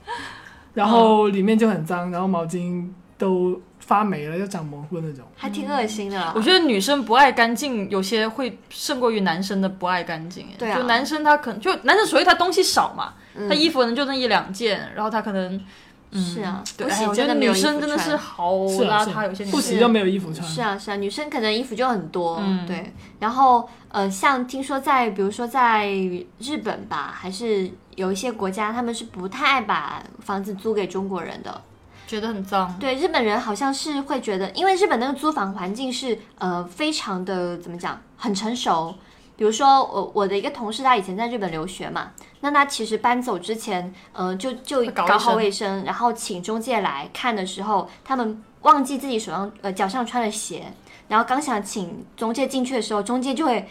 Speaker 3: 然后里面就很脏，然后毛巾都发霉了，就长蘑菇那种。
Speaker 2: 还挺恶心的啦。
Speaker 1: 我觉得女生不爱干净，有些会胜过于男生的不爱干净。哎
Speaker 2: 对啊嗯
Speaker 1: 就男生他可能就男生，所以他东西少嘛，他衣服可能就那一两件，然后他可能
Speaker 2: 是啊，
Speaker 1: 对，
Speaker 2: 不
Speaker 1: 哎
Speaker 2: 洗
Speaker 1: 我觉
Speaker 2: 真
Speaker 1: 得
Speaker 2: 的没
Speaker 1: 女
Speaker 2: 有衣服
Speaker 1: 生真的是
Speaker 2: 穿。
Speaker 1: 好
Speaker 3: 是啊
Speaker 1: 邋
Speaker 3: 是
Speaker 1: 遢，
Speaker 3: 啊
Speaker 1: 有些女
Speaker 3: 不
Speaker 1: 生
Speaker 3: 洗就没有衣服穿。
Speaker 2: 是啊是啊，女生可能衣服就很多，
Speaker 1: 嗯
Speaker 2: 对。然后呃，像听说在比如说在日本吧，还是有一些国家，他们是不太爱把房子租给中国人的。
Speaker 1: 觉得很脏，
Speaker 2: 对，日本人好像是会觉得，因为日本那个租房环境是呃非常的怎么讲，很成熟。比如说我我的一个同事，他以前在日本留学嘛，那他其实搬走之前，呃，就就
Speaker 1: 会搞卫
Speaker 2: 搞好
Speaker 1: 生
Speaker 2: 卫生，然后请中介来看的时候，他们忘记自己手上呃脚上穿的鞋，然后刚想请中介进去的时候，中介就会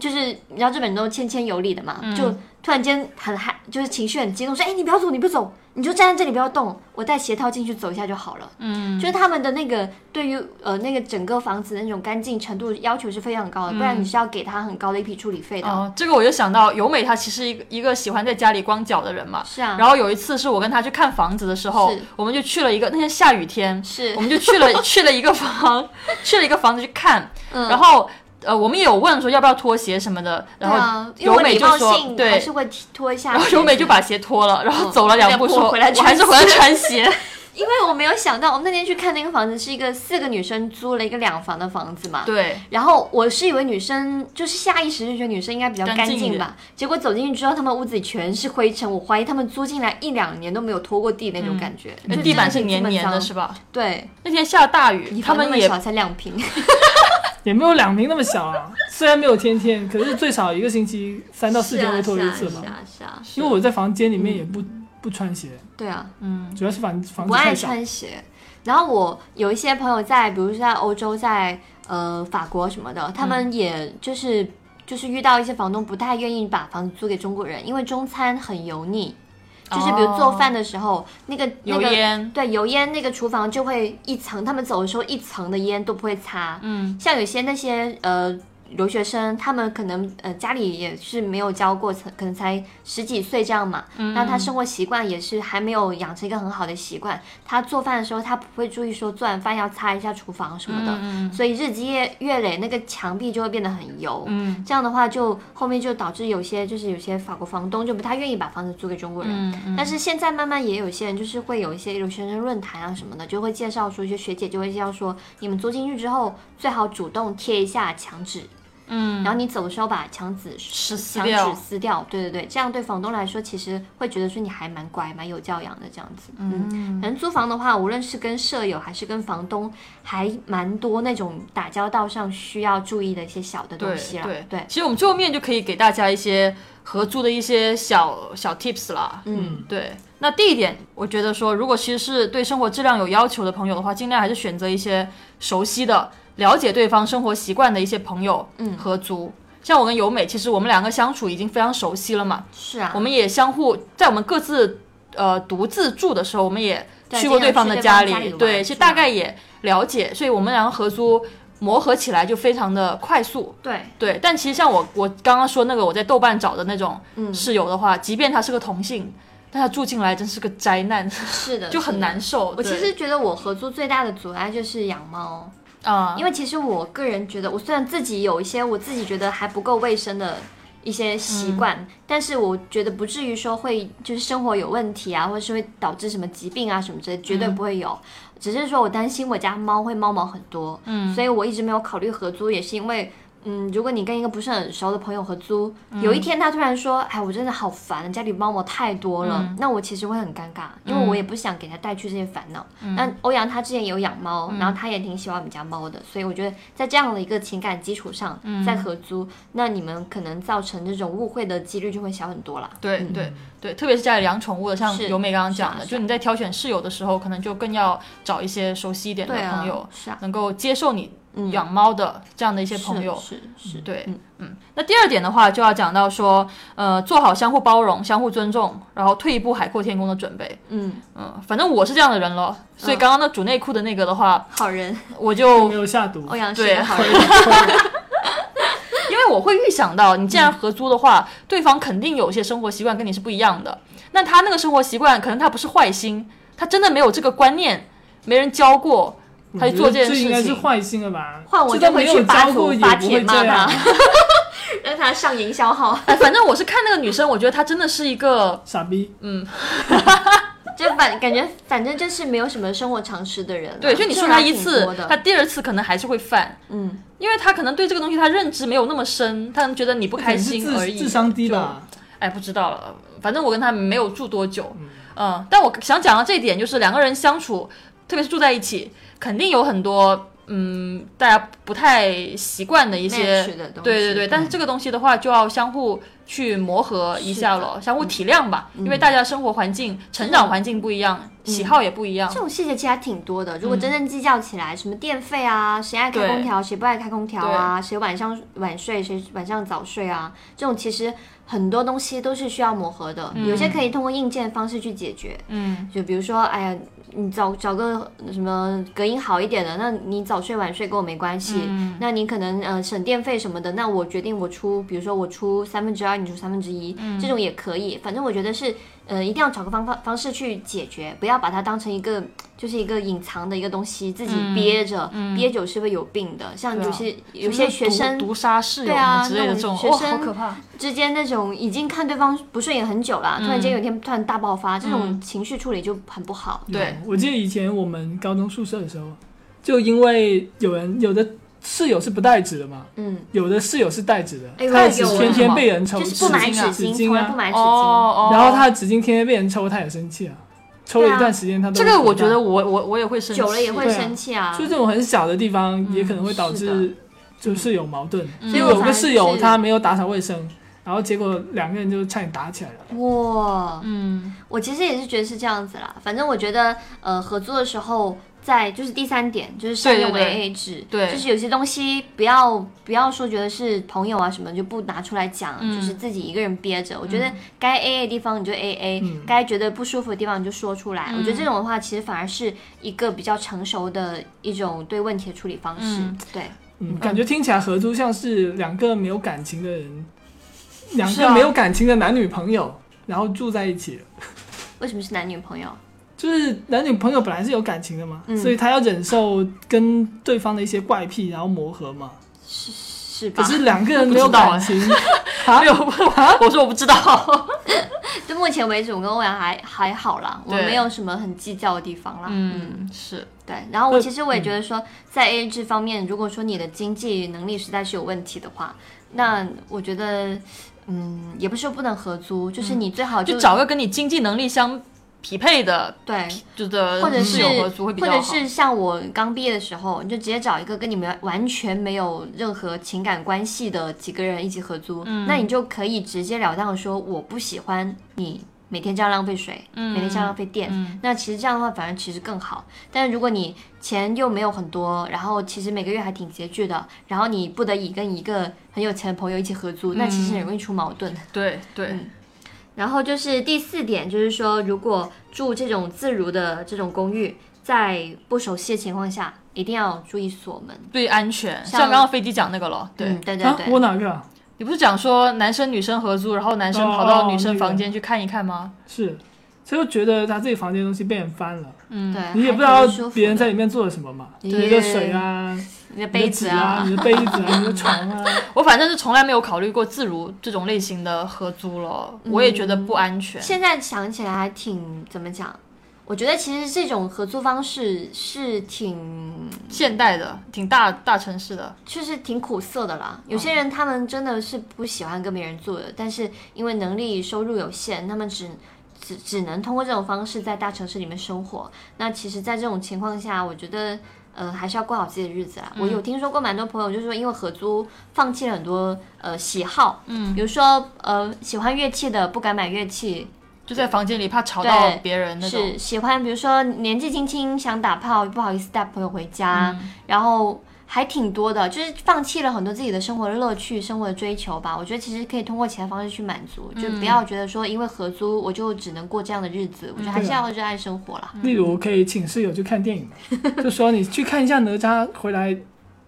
Speaker 2: 就是你知道日本人都谦谦有礼的嘛，
Speaker 1: 嗯
Speaker 2: 就突然间很害，就是情绪很激动，说：“哎，你不要走，你不走，你就站在这里不要动，我带鞋套进去走一下就好了。”嗯，就是他们的那个对于呃那个整个房子的那种干净程度要求是非常高的，不然你是要给他很高的一笔处理费的。
Speaker 1: 嗯哦，这个我就想到由美，她其实一个一个喜欢在家里光脚的人嘛。
Speaker 2: 是啊，
Speaker 1: 然后有一次是我跟她去看房子的时候
Speaker 2: 是，
Speaker 1: 我们就去了一个那天下雨天，
Speaker 2: 是
Speaker 1: 我们就去 了去了一个房， 去了一个房子去看，
Speaker 2: 嗯
Speaker 1: 然后。呃，我们也有问说要不要脱鞋什么的，然
Speaker 2: 对
Speaker 1: 后
Speaker 2: 啊因为
Speaker 1: 由
Speaker 2: 我
Speaker 1: 美
Speaker 2: 礼
Speaker 1: 就
Speaker 2: 貌
Speaker 1: 说
Speaker 2: 性还
Speaker 1: 对
Speaker 2: 是，会提拖一下鞋嗯
Speaker 1: 然
Speaker 2: 子。
Speaker 1: 后由美就把鞋脱了，然后走了两步
Speaker 2: 两步
Speaker 1: 说，
Speaker 2: 回来
Speaker 1: 我还是回来穿鞋，
Speaker 2: 因为我没有想到，我们那天去看那个房子是一个四个女生租了一个两房的房子嘛。
Speaker 1: 对，
Speaker 2: 然后我是以为女生就是下意识就觉得女生应该比较
Speaker 1: 干
Speaker 2: 干
Speaker 1: 净一
Speaker 2: 净吧，结果走进去之后，他们屋子里全是灰尘，我怀疑他们租进来一两年都没有拖过地那种感觉，就
Speaker 1: 那
Speaker 2: 真
Speaker 1: 嗯地板是
Speaker 2: 挺这
Speaker 1: 黏
Speaker 2: 么
Speaker 1: 黏的，
Speaker 2: 脏
Speaker 1: 是吧？
Speaker 2: 对，
Speaker 1: 那天下大雨，
Speaker 2: 你
Speaker 1: 他
Speaker 2: 房那
Speaker 1: 们
Speaker 2: 么
Speaker 1: 也
Speaker 2: 小才两平，
Speaker 3: 也没有两瓶那么小啊。虽然没有天天，可是最少一个星期三到四天会脱一次嘛
Speaker 2: 是。啊是啊，是
Speaker 3: 因
Speaker 2: 啊
Speaker 3: 为我在房间里面也不不穿鞋，
Speaker 2: 对啊，
Speaker 1: 嗯，
Speaker 3: 主要是房房
Speaker 2: 不
Speaker 3: 子
Speaker 2: 爱
Speaker 3: 太小。
Speaker 2: 穿鞋。然后我有一些朋友在，比如说在欧洲，在呃法国什么的，他
Speaker 3: 嗯
Speaker 2: 们也就是、就是遇到一些房东不太愿意把房子租给中国人，因为中餐很油腻，就是比如做饭的时候、
Speaker 3: 哦
Speaker 2: 那个那
Speaker 1: 油
Speaker 2: 个
Speaker 1: 烟，
Speaker 2: 对油烟，那个厨房就会一层，他们走的时候一层的烟都不会擦。
Speaker 1: 嗯，
Speaker 2: 像有些那些呃留学生，他们可能呃家里也是没有教过，可能才十几岁这样嘛，
Speaker 1: 嗯
Speaker 2: 那他生活习惯也是还没有养成一个很好的习惯。他做饭的时候，他不会注意说做完饭要擦一下厨房什么的，
Speaker 1: 嗯
Speaker 2: 所以日积月月累，那个墙壁就会变得很油。嗯，这样的话就后面就导致有些就是有些法国房东就不太愿意把房子租给中国人。
Speaker 1: 嗯
Speaker 2: 但是现在慢慢也有一些人就是会有一些留学生论坛啊什么的，就会介绍说，一些学姐就会介绍说，你们租进去之后最好主动贴一下墙纸。嗯，然后你走的时候把墙纸
Speaker 1: 撕撕
Speaker 2: 墙
Speaker 1: 掉
Speaker 2: 纸撕掉，对对对，这样对房东来说其实会觉得说你还蛮乖、蛮有教养的这样子。嗯，反正租房的话，无论是跟舍友还是跟房东，还蛮多那种打交道上需要注意的一些小的东
Speaker 1: 对
Speaker 2: 西啦。啊
Speaker 1: 对
Speaker 2: 对，
Speaker 1: 其实我们最后面就可以给大家一些合租的一些小小 tips 啦。
Speaker 2: 嗯，
Speaker 1: 对。那第一点，我觉得说，如果其实是对生活质量有要求的朋友的话，尽量还是选择一些熟悉的、了解对方生活习惯的一些朋友，嗯，合租。像我跟由美，其实我们两个相处已经非常熟悉了嘛，
Speaker 2: 是啊，
Speaker 1: 我们也相互在我们各自呃独自住的时候，我们也
Speaker 2: 对
Speaker 1: 去过
Speaker 2: 经常
Speaker 1: 方的
Speaker 2: 去对方
Speaker 1: 里，
Speaker 2: 家里玩
Speaker 1: 对，
Speaker 2: 是
Speaker 1: 其实
Speaker 2: 吧
Speaker 1: 大概也了解，所以我们两个合租磨合起来就非常的快速。
Speaker 2: 对
Speaker 1: 对，但其实像我我刚刚说那个我在豆瓣找的那种
Speaker 2: 嗯
Speaker 1: 室友的话，即便他是个同性，但他住进来真是个灾难，
Speaker 2: 是的，
Speaker 1: 就很
Speaker 2: 是的
Speaker 1: 难。受。
Speaker 2: 我其
Speaker 1: 对
Speaker 2: 实觉得我合租最大的阻碍就是养猫，
Speaker 1: 啊，
Speaker 2: 因为其实我个人觉得，我虽然自己有一些我自己觉得还不够卫生的一些习惯，但是我觉得不至于说会就是生活有问题啊，或者是会导致什么疾病啊什么之类，绝对不会有。只是说我担心我家猫会猫毛很多，嗯，所以我一直没有考虑合租，也是因为。嗯，如果你跟一个不是很熟的朋友合租，有一
Speaker 1: 嗯
Speaker 2: 天他突然说：“哎，我真的好烦，家里猫毛太多了。
Speaker 1: 嗯
Speaker 2: 那我其实会很尴尬，因为我也不想给他带去这些烦恼。
Speaker 1: 嗯
Speaker 2: 那欧阳他之前有养猫，然后他也挺喜欢我们家猫的，所以我觉得在这样的一个情感基础上
Speaker 1: 嗯
Speaker 2: 再合租，那你们可能造成这种误会的几率就会小很多啦。
Speaker 1: 对
Speaker 2: 嗯
Speaker 1: 对对，特别是家里养宠物的，像
Speaker 2: 是
Speaker 1: 由美刚刚
Speaker 2: 是啊
Speaker 1: 讲的，
Speaker 2: 是
Speaker 1: 就你在挑选室友的时候，可能就更要找一些熟悉一点的
Speaker 2: 对啊
Speaker 1: 朋友，
Speaker 2: 是啊
Speaker 1: 能够接受你养猫的这样的一些朋友。
Speaker 2: 是是是，
Speaker 1: 对
Speaker 2: 嗯，
Speaker 1: 嗯，那第二点的话，就要讲到说，呃，做好相互包容、相互尊重，然后退一步海阔天空的准备。
Speaker 2: 嗯，
Speaker 1: 嗯，反正我是这样的人咯，所以
Speaker 3: 嗯
Speaker 1: 刚刚那煮内裤的那个的话，
Speaker 2: 好人，
Speaker 1: 我就
Speaker 3: 没有下毒，
Speaker 2: 欧阳是
Speaker 1: 对
Speaker 2: 个好人，
Speaker 1: 因为我会预想到，你既然合租的话，对方肯定有些生活习惯跟你是不一样的。那他那个生活习惯，可能他不是坏心，他真的没有这个观念，没人教过，他就做
Speaker 3: 我觉得
Speaker 1: 件事
Speaker 3: 应该是
Speaker 1: 情。
Speaker 3: 坏心了吧？
Speaker 2: 换我
Speaker 3: 这都
Speaker 2: 就回
Speaker 3: 没有
Speaker 2: 去发
Speaker 3: 教
Speaker 2: 图
Speaker 3: 过也
Speaker 2: 发
Speaker 3: 不
Speaker 2: 帖
Speaker 3: 会
Speaker 2: 骂
Speaker 3: 这样
Speaker 2: 他 让他上营销号，
Speaker 1: 哎，反正我是看那个女生，我觉得她真的是一 个，
Speaker 3: 傻逼，
Speaker 1: 嗯
Speaker 2: 就反感觉反正就是没有什么生活常识的人啊、
Speaker 1: 对，就你
Speaker 2: 这
Speaker 1: 说
Speaker 2: 种还
Speaker 1: 她一
Speaker 2: 挺
Speaker 1: 次
Speaker 2: 多，的
Speaker 1: 她第二次可能还是会犯，
Speaker 2: 嗯，
Speaker 1: 因为她可能对这个东西她认知没有那么深，她可能觉得你不开心
Speaker 3: 可能
Speaker 1: 而
Speaker 3: 是
Speaker 1: 已，
Speaker 3: 智智商低吧？
Speaker 1: 哎，不知道了，反正我跟他没有住多久，嗯、但我想讲到这一点，就是两个人相处，特别是住在一起，肯定有很多嗯大家不太习惯的一些
Speaker 2: match 的东西
Speaker 1: 对对对，
Speaker 2: 嗯
Speaker 1: 但是这个东西的话，就要相互去磨合一下了，相
Speaker 2: 嗯
Speaker 1: 互体谅吧，因为大家生活环境、成长环境不一样，
Speaker 2: 嗯
Speaker 1: 喜好也不一样
Speaker 2: 这。种细节其实还挺多的。如果真正计较起来，什么电费啊，谁爱开
Speaker 1: 嗯对
Speaker 2: 空调，谁不爱开空调啊，谁晚上晚睡，谁晚上早睡啊，这种其实很多东西都是需要磨合的。有些可以通过硬件方式去解决，
Speaker 1: 嗯，
Speaker 2: 就比如说，哎呀，你找找个呃什么隔音好一点的，那你早睡晚睡跟我没关系。
Speaker 1: 嗯
Speaker 2: 那你可能呃省电费什么的，那我决定我出，比如说我出三分之二，你出三分之一，
Speaker 1: 嗯
Speaker 2: 这种也可以。反正我觉得是，呃，一定要找个方法方式去解决，不要把它当成一个就是一个隐藏的一个东西，自己
Speaker 1: 嗯
Speaker 2: 憋着，憋久是会有病的。像有些、有些学生
Speaker 1: 啊毒毒杀室友
Speaker 2: 对啊
Speaker 1: 之类的这种，
Speaker 2: 那种
Speaker 1: 哇，
Speaker 2: 学生
Speaker 1: 好可怕！
Speaker 2: 之间那种已经看对方不顺眼很久
Speaker 3: 嗯
Speaker 2: 了，突然间有一天突然大爆发，这种情绪处理就很不好。
Speaker 1: 对，
Speaker 3: 我记得以前我们高中宿舍的时候，就因为有人有的室友是不带纸的嘛，
Speaker 2: 嗯。
Speaker 3: 有的室友是带纸的，
Speaker 2: 哎我
Speaker 3: 他也
Speaker 2: 也
Speaker 3: 是
Speaker 2: 有
Speaker 3: 天
Speaker 2: 哎
Speaker 3: 天被人抽
Speaker 2: 就是不买
Speaker 1: 纸
Speaker 2: 纸
Speaker 1: 巾啊
Speaker 2: 巾，
Speaker 3: 纸巾啊
Speaker 2: 从来不买纸巾。
Speaker 1: 哦
Speaker 3: 然后他的纸巾天天被人抽，他也生气啊，抽了一段时间他都
Speaker 1: 这
Speaker 3: 不
Speaker 1: 个
Speaker 3: 知道
Speaker 1: 我觉得我我我也会生气，
Speaker 2: 久了也会
Speaker 3: 对啊
Speaker 2: 生气啊。
Speaker 3: 就这种很小的地方也可能会导
Speaker 2: 是
Speaker 3: 致就是有矛盾，
Speaker 1: 嗯
Speaker 3: 因为
Speaker 1: 所以
Speaker 3: 有
Speaker 1: 我
Speaker 2: 才
Speaker 3: 个室友
Speaker 2: 是
Speaker 3: 他没有打扫卫生，然后结果两个人就差点打起来了。
Speaker 2: 哇，
Speaker 1: 嗯
Speaker 2: 我其实也是觉得是这样子啦。反正我觉得，呃，合作的时候，在就是第三点，就是善用
Speaker 1: 对对对
Speaker 2: AA 制，
Speaker 1: 对
Speaker 2: 就是有些东西不要不要说觉得是朋友啊什么就不拿出来讲，
Speaker 1: 嗯
Speaker 2: 就是自己一个人憋着。我觉得该 AA 的地方你就 AA，、
Speaker 3: 嗯
Speaker 2: 该觉得不舒服的地方你就说出来。
Speaker 1: 嗯
Speaker 2: 我觉得这种的话，其实反而是一个比较成熟的一种对问题的处理方式。
Speaker 1: 嗯
Speaker 2: 对，
Speaker 3: 嗯，感觉听起来合租像是两个没有感情的
Speaker 2: 嗯
Speaker 3: 人，两
Speaker 1: 是
Speaker 3: 个
Speaker 1: 啊
Speaker 3: 没有感情的男女朋友，然后住在一起了。
Speaker 2: 为什么是男女朋友？
Speaker 3: 就是男女朋友本来是有感情的嘛，
Speaker 2: 嗯
Speaker 3: 所以他要忍受跟对方的一些怪癖，然后磨合嘛。
Speaker 2: 是是吧
Speaker 3: 可？是两个人没有
Speaker 1: 不知道
Speaker 3: 感 情，啊
Speaker 1: 没，有，我说我不知道。
Speaker 2: 就目前为止，我跟欧阳还还好啦，我
Speaker 1: 对
Speaker 2: 没有什么很计较的地方啦。嗯，
Speaker 1: 嗯，是，
Speaker 2: 对。然后我
Speaker 3: 呃
Speaker 2: 其实我也
Speaker 1: 嗯
Speaker 2: 觉得说，在 A 制方面，如果说你的经济能力实在是有问题的话，那我觉得，嗯，也不是说不能合租，啊就是你最好
Speaker 1: 嗯就找个跟你经济能力相匹配的，
Speaker 2: 对。
Speaker 1: 就的
Speaker 2: 或者
Speaker 1: 室
Speaker 2: 是
Speaker 1: 友合租会比
Speaker 2: 或
Speaker 1: 较
Speaker 2: 者
Speaker 1: 好。
Speaker 2: 是像我刚毕业的时候，你就直接找一个跟你们完全没有任何情感关系的几个人一起合租，
Speaker 1: 嗯
Speaker 2: 那你就可以直截了当的说，我不喜欢你每天这样浪费水，
Speaker 1: 嗯
Speaker 2: 每天这样浪费电，那其实这样的话，反而其实更好。但是如果你钱又没有很多，然后其实每个月还挺拮据的，然后你不得已跟一个很有钱的朋友一起合租，那其实很容易出矛盾。
Speaker 1: 对对，
Speaker 2: 嗯然后就是第四点，就是说，如果住这种自如的这种公寓，在不熟悉的情况下，一定要注意锁门。
Speaker 1: 对于安全，像
Speaker 2: 像
Speaker 1: 刚刚飞机讲那个咯，对
Speaker 2: 嗯、对对
Speaker 3: 啊
Speaker 2: 对，
Speaker 3: 我哪个啊？
Speaker 1: 你不是讲说男生女生合租，然后男生跑
Speaker 3: 哦
Speaker 1: 到女生
Speaker 3: 那个
Speaker 1: 房间去看一看吗？
Speaker 3: 是，他就觉得他自己房间的东西被人翻了，
Speaker 1: 嗯，
Speaker 2: 对，
Speaker 3: 你也
Speaker 2: 啊还
Speaker 3: 不知道
Speaker 2: 挺舒服
Speaker 3: 别人在
Speaker 2: 的
Speaker 3: 里面做了什么嘛，
Speaker 2: 耶
Speaker 3: 对，你的水啊，
Speaker 2: 你的
Speaker 3: 你的
Speaker 2: 杯
Speaker 3: 纸
Speaker 2: 子
Speaker 3: 啊，
Speaker 2: 啊，
Speaker 3: 你的杯子啊，你的床啊，
Speaker 1: 我反正是从来没有考虑过自如这种类型的合租了，我也觉得不安全。
Speaker 2: 现在想起来还挺怎么讲？我觉得其实这种合租方式是挺，
Speaker 1: 现代的，挺大大城市的，
Speaker 2: 就是挺苦涩的啦。有些人他们真的是不喜欢跟别人住的，但是因为能力收入有限，他们只只只能通过这种方式在大城市里面生活。那其实，在这种情况下，我觉得。呃，还是要过好自己的日子啊。我有听说过蛮多朋友，就是说因为合租放弃了很多呃喜好，嗯，比如说呃喜欢乐器的不敢买乐器，
Speaker 1: 就在房间里怕吵到
Speaker 2: 对
Speaker 1: 别人那种。
Speaker 2: 是喜欢，比如说年纪轻轻想打炮，不好意思带朋友回家，然后还挺多的，就是放弃了很多自己的生活的乐趣、生活的追求吧。我觉得其实可以通过其他方式去满足，就不要觉得说因为合租我就只能过这样的日子。我觉得还是要热爱生活啦。
Speaker 3: 例如可以请室友去看电 影嘛，就说你去看一下哪吒回来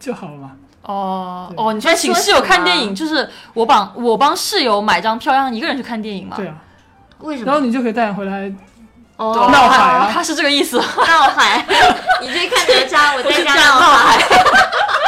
Speaker 3: 就好了嘛。
Speaker 1: 哦
Speaker 3: 对
Speaker 1: 哦，你说请室友看电影，就是我帮我帮室友买张票，让一个人去看电影嘛？
Speaker 3: 对啊，
Speaker 2: 为什
Speaker 3: 然后
Speaker 2: 么？
Speaker 3: 你就可以带人回来
Speaker 2: 哦
Speaker 1: 对
Speaker 3: 闹海啊
Speaker 1: 他是这个意思。
Speaker 2: 闹 海，你去看哪吒，我在家闹海，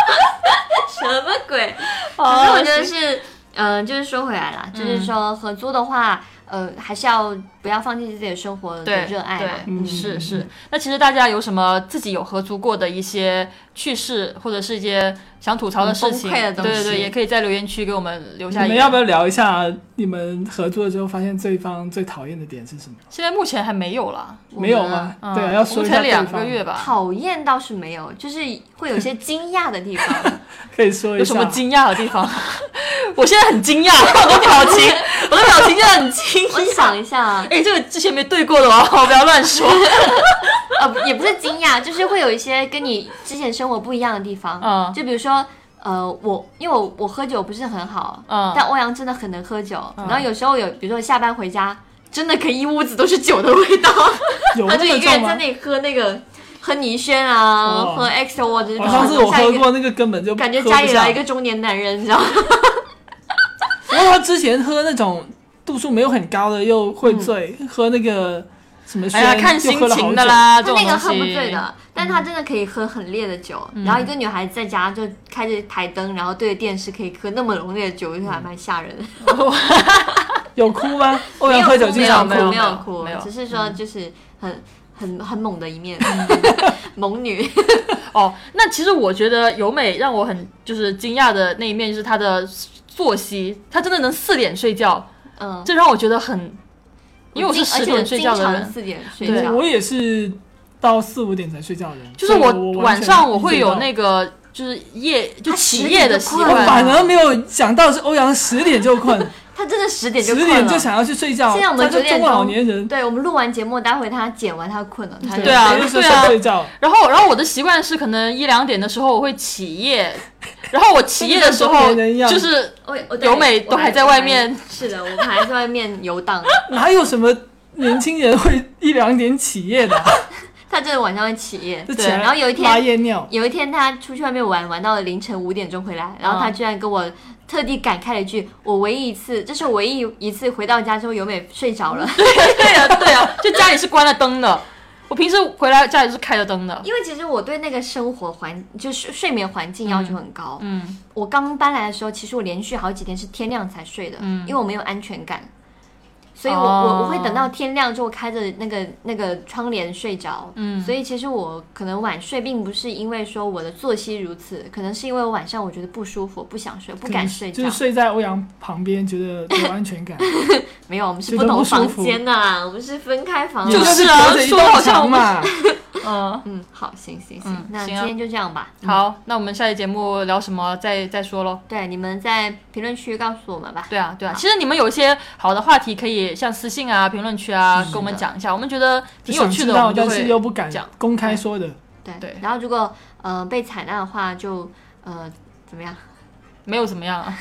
Speaker 2: 什么鬼？可是我觉得哦是，嗯、就是说回来啦，就是说合租的话，呃，还是要不要放弃自己的生活的
Speaker 1: 对
Speaker 2: 热爱
Speaker 1: 对
Speaker 2: 啦。，
Speaker 3: 嗯
Speaker 1: 是是。那其实大家有什么自己有合租过的一些趣事，或者是一些想吐槽的事情，
Speaker 2: 很崩溃的东西
Speaker 1: 对对对，也可以在留言区给我们留
Speaker 3: 你
Speaker 1: 下一
Speaker 3: 们
Speaker 1: 个。
Speaker 3: 要不要聊一下你们合作之后发现对方最讨厌的点是什么？
Speaker 1: 现在目前还没有啦，
Speaker 2: 我
Speaker 3: 没有
Speaker 2: 们
Speaker 3: 吗
Speaker 2: 啊？
Speaker 1: 嗯、
Speaker 3: 对啊，要说一
Speaker 1: 我们
Speaker 3: 下
Speaker 1: 才
Speaker 3: 对
Speaker 1: 两
Speaker 3: 方。
Speaker 1: 个月吧，
Speaker 2: 讨厌倒是没有，就是会有些惊讶的地方。
Speaker 3: 可以说一下
Speaker 1: 有什么惊讶的地方？ 我现在很惊讶，我的表情，我的表情现在很惊
Speaker 2: 我
Speaker 1: 讶。
Speaker 2: 想一下啊，
Speaker 1: 哎，这个之前没对过的哦，我不要乱 说。
Speaker 2: 呃，不也不是惊讶，就是会有一些跟你之前生活不一样的地方。
Speaker 1: 嗯
Speaker 2: 就比如说。呃，我因为我我喝酒不是很好，
Speaker 1: 嗯
Speaker 2: 但欧阳真的很能喝酒。
Speaker 3: 嗯
Speaker 2: 然后有时候有，比如说下班回家，真的可以一屋子都是酒的味道。
Speaker 3: 有
Speaker 2: 他
Speaker 3: 那
Speaker 2: 就
Speaker 3: 么
Speaker 2: 一个人
Speaker 3: 重
Speaker 2: 在
Speaker 3: 吗？
Speaker 2: 那里喝那个喝倪轩啊，
Speaker 3: 哦
Speaker 2: 喝 EXO 啊，就是
Speaker 3: 我上次我
Speaker 2: 像
Speaker 3: 喝
Speaker 2: 一个，
Speaker 3: 过那个根本就
Speaker 2: 感觉
Speaker 3: 喝不
Speaker 2: 家里
Speaker 3: 下
Speaker 2: 来一个中年男人，你知道吗？
Speaker 3: 然后他之前喝那种度数没有很高的又会醉，
Speaker 2: 嗯
Speaker 3: 喝那个什么
Speaker 1: 哎
Speaker 3: 轩，
Speaker 1: 呀，看
Speaker 3: 又
Speaker 1: 心
Speaker 3: 喝了好
Speaker 1: 情
Speaker 3: 久
Speaker 1: 的。啦，
Speaker 2: 他
Speaker 1: 这种
Speaker 2: 那
Speaker 1: 东
Speaker 2: 个喝
Speaker 1: 西。
Speaker 2: 不醉
Speaker 3: 嗯
Speaker 2: 的，但他真的可以喝很烈的酒。然后一个女孩子在家就开着台灯，然后对着电视可以喝那么浓烈的酒，就还蛮吓人的。
Speaker 3: 有哭吗？欧
Speaker 2: 没
Speaker 3: 阳
Speaker 2: 有
Speaker 3: 嗯喝酒
Speaker 2: 哭
Speaker 3: 经常
Speaker 2: 没有哭，
Speaker 1: 没
Speaker 2: 没
Speaker 1: 有
Speaker 2: 有哭
Speaker 1: 没有
Speaker 2: 只是说
Speaker 3: 嗯
Speaker 2: 就是很很很猛的一面， 猛女。
Speaker 1: 哦，那其实我觉得由美让我很就是惊讶的那一面就是她的作息，她真的能四点睡觉，
Speaker 2: 嗯，
Speaker 1: 这让我觉得很，因为我是
Speaker 2: 经
Speaker 1: 十点睡觉的
Speaker 2: 而且我经常
Speaker 1: 人，
Speaker 2: 四点睡
Speaker 1: 对啊
Speaker 2: 觉
Speaker 3: 我。也是到四五点才睡觉的人，
Speaker 1: 就是
Speaker 3: 所以
Speaker 1: 我
Speaker 3: 我
Speaker 1: 晚上我会有那
Speaker 3: 个
Speaker 1: 个就是夜就
Speaker 2: 他
Speaker 1: 起
Speaker 2: 10
Speaker 1: 夜的
Speaker 2: 点就
Speaker 1: 习
Speaker 2: 困
Speaker 3: 我
Speaker 2: 了
Speaker 1: 惯。
Speaker 3: 反而没有想到是欧阳十点就 困，
Speaker 2: 他真的十点就
Speaker 3: 十
Speaker 2: 困
Speaker 3: 点
Speaker 2: 了。
Speaker 3: 就想要去睡觉。
Speaker 2: 现在我们
Speaker 3: 他就
Speaker 2: 九点
Speaker 3: 中老
Speaker 2: 钟
Speaker 3: 年人，
Speaker 2: 对我们录完节目，待会他剪完他困了，他就
Speaker 1: 对啊
Speaker 3: 就是
Speaker 1: 对啊
Speaker 3: 想睡觉。
Speaker 1: 然后，然后我的习惯是，可能一两点的时候我会起夜，然后我起夜的时
Speaker 3: 跟
Speaker 1: 候
Speaker 3: 中年人一样
Speaker 1: 就是
Speaker 2: 我我对
Speaker 1: 由美
Speaker 2: 我
Speaker 1: 都还在外面，
Speaker 2: 是的，我们还在外面游荡。
Speaker 3: 哪有什么年轻人会一两点起夜的啊、
Speaker 2: 他真的晚上会起夜，
Speaker 3: 就
Speaker 1: 对
Speaker 3: 起来
Speaker 2: 然后有一天
Speaker 3: 拉夜尿，
Speaker 2: 有一天他出去外面玩，玩到了凌晨五点钟回来，然后
Speaker 1: 嗯
Speaker 2: 他居然跟我特地感慨了一句：“我唯一一次，这是我唯一一次回到家之后由美睡着了。
Speaker 1: 对呀、对呀、就家里是关了灯的。我平时回来家里是开着灯的”。
Speaker 2: 因为其实我对那个生活环，就是睡眠环境要求很高。
Speaker 1: 嗯，
Speaker 2: 我刚搬来的时候，其实我连续好几天是天亮才睡的，
Speaker 1: 嗯
Speaker 2: 因为我没有安全感，所以我、
Speaker 1: 哦
Speaker 2: 我我会等到天亮之后开着那个那个窗帘睡着。
Speaker 1: 嗯
Speaker 2: 所以其实我可能晚睡，并不是因为说我的作息如此，可能是因为我晚上我觉得不舒服，不想睡，不敢睡觉。
Speaker 3: 就是睡在欧阳旁边，觉得有安全感。
Speaker 2: 没有，我们是
Speaker 3: 觉
Speaker 2: 不
Speaker 3: 得
Speaker 2: 同
Speaker 3: 不舒
Speaker 2: 房
Speaker 3: 服
Speaker 2: 间的啦，我们是分开房
Speaker 3: 你
Speaker 2: 的。
Speaker 1: 就是啊
Speaker 3: 隔着一
Speaker 1: 说得好
Speaker 3: 道
Speaker 1: 像我
Speaker 3: 墙
Speaker 1: 们
Speaker 3: 嘛。
Speaker 1: 嗯，
Speaker 2: 嗯，好，行行行，
Speaker 1: 嗯
Speaker 2: 那今
Speaker 1: 行啊
Speaker 2: 天就这样吧。
Speaker 1: 好，那我们下期节目聊什么再再说喽。
Speaker 2: 对，你们在评论区告诉我们吧。
Speaker 1: 对啊，对啊，
Speaker 2: 好
Speaker 1: 其实你们有一些好的话题，可以像私信啊、评论区啊，跟我们讲一下，我们觉得
Speaker 3: 就
Speaker 1: 挺有
Speaker 3: 想
Speaker 1: 趣
Speaker 3: 知
Speaker 1: 的，我
Speaker 3: 道，
Speaker 1: 们就
Speaker 3: 但是
Speaker 1: 会
Speaker 3: 又不敢
Speaker 1: 讲哎
Speaker 3: 公开说的。
Speaker 2: 对
Speaker 1: 对
Speaker 2: 然后如果呃被采纳的话，就呃怎 么样，
Speaker 1: 没有怎么样 啊。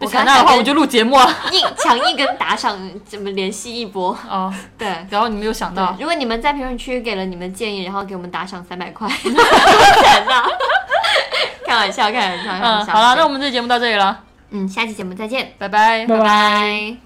Speaker 2: 我
Speaker 1: 被采
Speaker 2: 刚
Speaker 1: 纳的
Speaker 2: 才
Speaker 1: 话，
Speaker 2: 跟
Speaker 1: 我就录节目啊。
Speaker 2: 硬强硬跟打赏怎么联系一波？
Speaker 1: 哦，
Speaker 2: 对。
Speaker 1: 然后你没有想
Speaker 2: 对
Speaker 1: 到，
Speaker 2: 如果你们在评论区给了你们建议，然后给我们打赏三 百块，钱呐！开玩笑，开玩笑，开玩
Speaker 1: 嗯，
Speaker 2: 笑。
Speaker 1: 好了，那我们这节目到这里了，
Speaker 2: 嗯，下期节目再见，
Speaker 1: 拜拜。
Speaker 3: 拜
Speaker 2: 拜拜